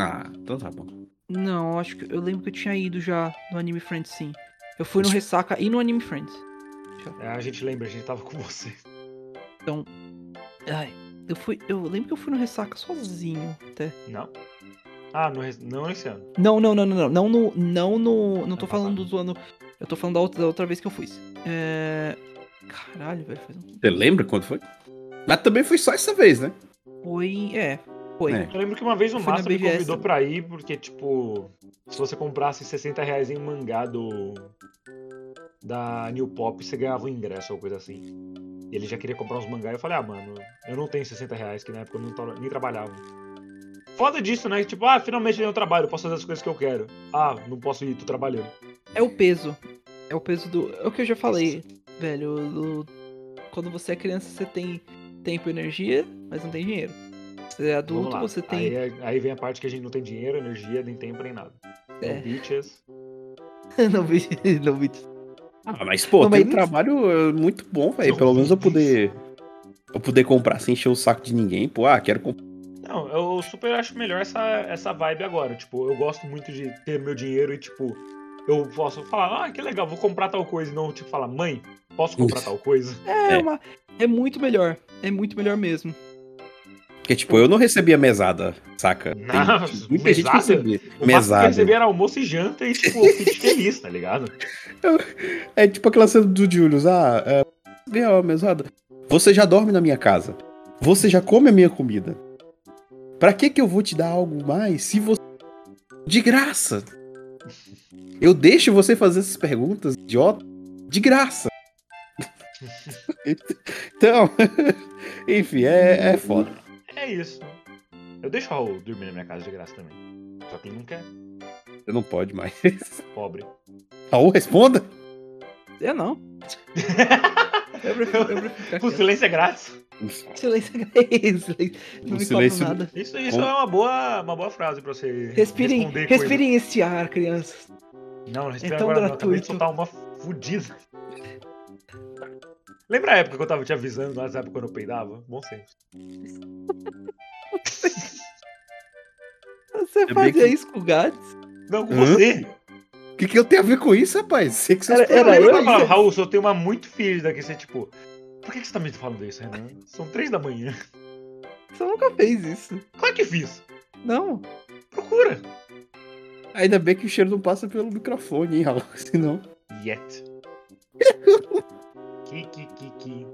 S4: Ah, então tá bom.
S1: Não, eu acho que eu lembro que eu tinha ido já no Anime Friends, sim. Eu fui no Ressaca e no Anime Friends.
S3: É, a gente lembra, a gente tava com você.
S1: Ai, eu fui, eu lembro que eu fui no Ressaca sozinho até.
S3: Não? Ah, no, res- não esse ano.
S1: Não, não, não, não, não, não no, não no, não tô
S3: Ano
S1: falando do ano Eu tô falando da outra, da outra vez que eu fui. É... Caralho, velho. Faz um...
S4: Você lembra quando foi? Mas também foi só essa vez, né?
S1: Foi. É. Foi.
S4: É.
S3: Eu lembro que uma vez o
S1: Foi na
S3: Márcio me
S1: BGS.
S3: convidou pra ir, porque, tipo, se você comprasse 60 reais em mangá do. da New Pop, você ganhava um ingresso ou coisa assim. E ele já queria comprar uns mangá e eu falei, ah, mano, eu não tenho 60 reais, que na época eu não tava- nem trabalhava. Foda disso, né? Tipo, ah, finalmente eu tenho um trabalho, eu posso fazer as coisas que eu quero. Ah, não posso ir, tô trabalhando.
S1: É o peso. É o peso do. É o que eu já falei, velho. do- Quando você é criança, você tem tempo e energia, mas não tem dinheiro. Você é
S3: Vamos
S1: adulto,
S3: lá.
S1: você tem.
S3: Aí, é- aí vem a parte que a gente não tem dinheiro, energia, nem tempo, nem nada.
S1: É.
S3: Então, bitches.
S1: não vi. Não vi.
S4: Ah, mas, pô,
S1: Não,
S4: tem
S1: mas-
S4: um trabalho é, muito bom, velho.
S3: São
S4: Pelo menos eu
S3: itens.
S4: poder. Eu poder comprar sem encher o saco de ninguém, pô. Ah, quero comprar.
S3: Não, eu super acho melhor essa, essa vibe agora. Tipo, eu gosto muito de ter meu dinheiro e, tipo, eu posso falar, ah, que legal, vou comprar tal coisa. E não, tipo, falar, mãe, posso comprar
S4: Isso.
S3: tal coisa?
S1: É,
S4: É.
S1: uma. É muito melhor. É muito melhor mesmo.
S4: Porque, tipo, eu não recebia mesada, saca? Tem
S3: Nossa,
S4: muita gente
S3: mesada?
S4: que recebia.
S3: O máximo que eu
S4: Mesada.
S3: recebi era almoço e janta e, tipo, eu fiquei feliz, tá ligado?
S4: É tipo aquela cena do Julius. Ah, é, ganhar uma mesada. Você já dorme na minha casa. Você já come a minha comida. Pra que que eu vou te dar algo mais se você... De graça. Eu deixo você fazer essas perguntas, idiota. De graça. então, enfim, é, é foda.
S3: É isso. Eu deixo o Raul dormir na minha casa de graça também. Só um que ele não quer.
S4: Você não pode mais.
S3: Pobre.
S4: Raul, responda.
S1: É não. eu prefiro, eu prefiro ficar
S3: O
S1: quieto.
S3: silêncio é grátis.
S1: Silêncio é silêncio. Não
S4: O
S1: me
S4: silêncio-
S1: silêncio... nada.
S3: Isso, isso
S4: Com-
S3: é uma boa, uma boa frase pra você
S1: Respirem,
S3: responder coisa.
S1: respirem esse ar, crianças.
S3: Não, não respira
S1: tão
S3: agora não. Acabei de
S1: Então, gratuito.
S3: soltar uma fudida. Lembra a época que eu tava te avisando no WhatsApp quando eu peidava? Bom senso.
S1: Você
S4: bem
S1: fazia
S4: que-
S1: isso com o Gats?
S3: Não, com
S4: Hã?
S3: você.
S4: O que, que eu tenho a ver com isso, rapaz? Sei que vocês
S1: Era-
S3: Eu
S1: era
S3: lembro que eu
S1: eu?
S3: falava, Raul, eu tenho uma muito ferida que você, tipo... Por que que você tá me falando isso, Renan? São três da manhã.
S1: Você nunca fez isso.
S3: Claro que fiz.
S1: Não.
S3: Procura.
S4: Ainda bem que o cheiro não passa pelo microfone, hein, Raul? Senão.
S3: Yet. que, que, que, que.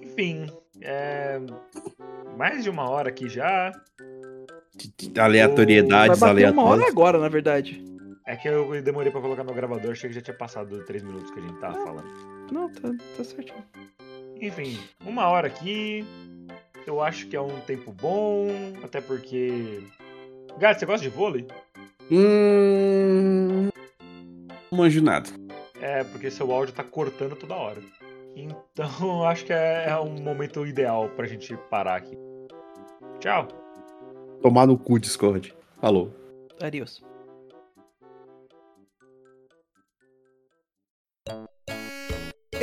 S3: Enfim. É... Mais de uma hora aqui já.
S4: Aleatoriedades
S1: Vai bater uma hora
S4: aleatórias.
S1: agora, na verdade.
S3: É que eu demorei pra colocar meu gravador, achei que já tinha passado três minutos que a gente tava falando.
S1: Não, tá, tá certinho.
S3: Enfim, uma hora aqui. Eu acho que é um tempo bom, até porque. Gato, você gosta de vôlei?
S4: Hum. Não manjo nada.
S3: É, porque seu áudio tá cortando toda hora. Então, eu acho que é, é um momento ideal pra gente parar aqui. Tchau!
S4: Tomar no cu, Discord. Falou.
S1: Adeus.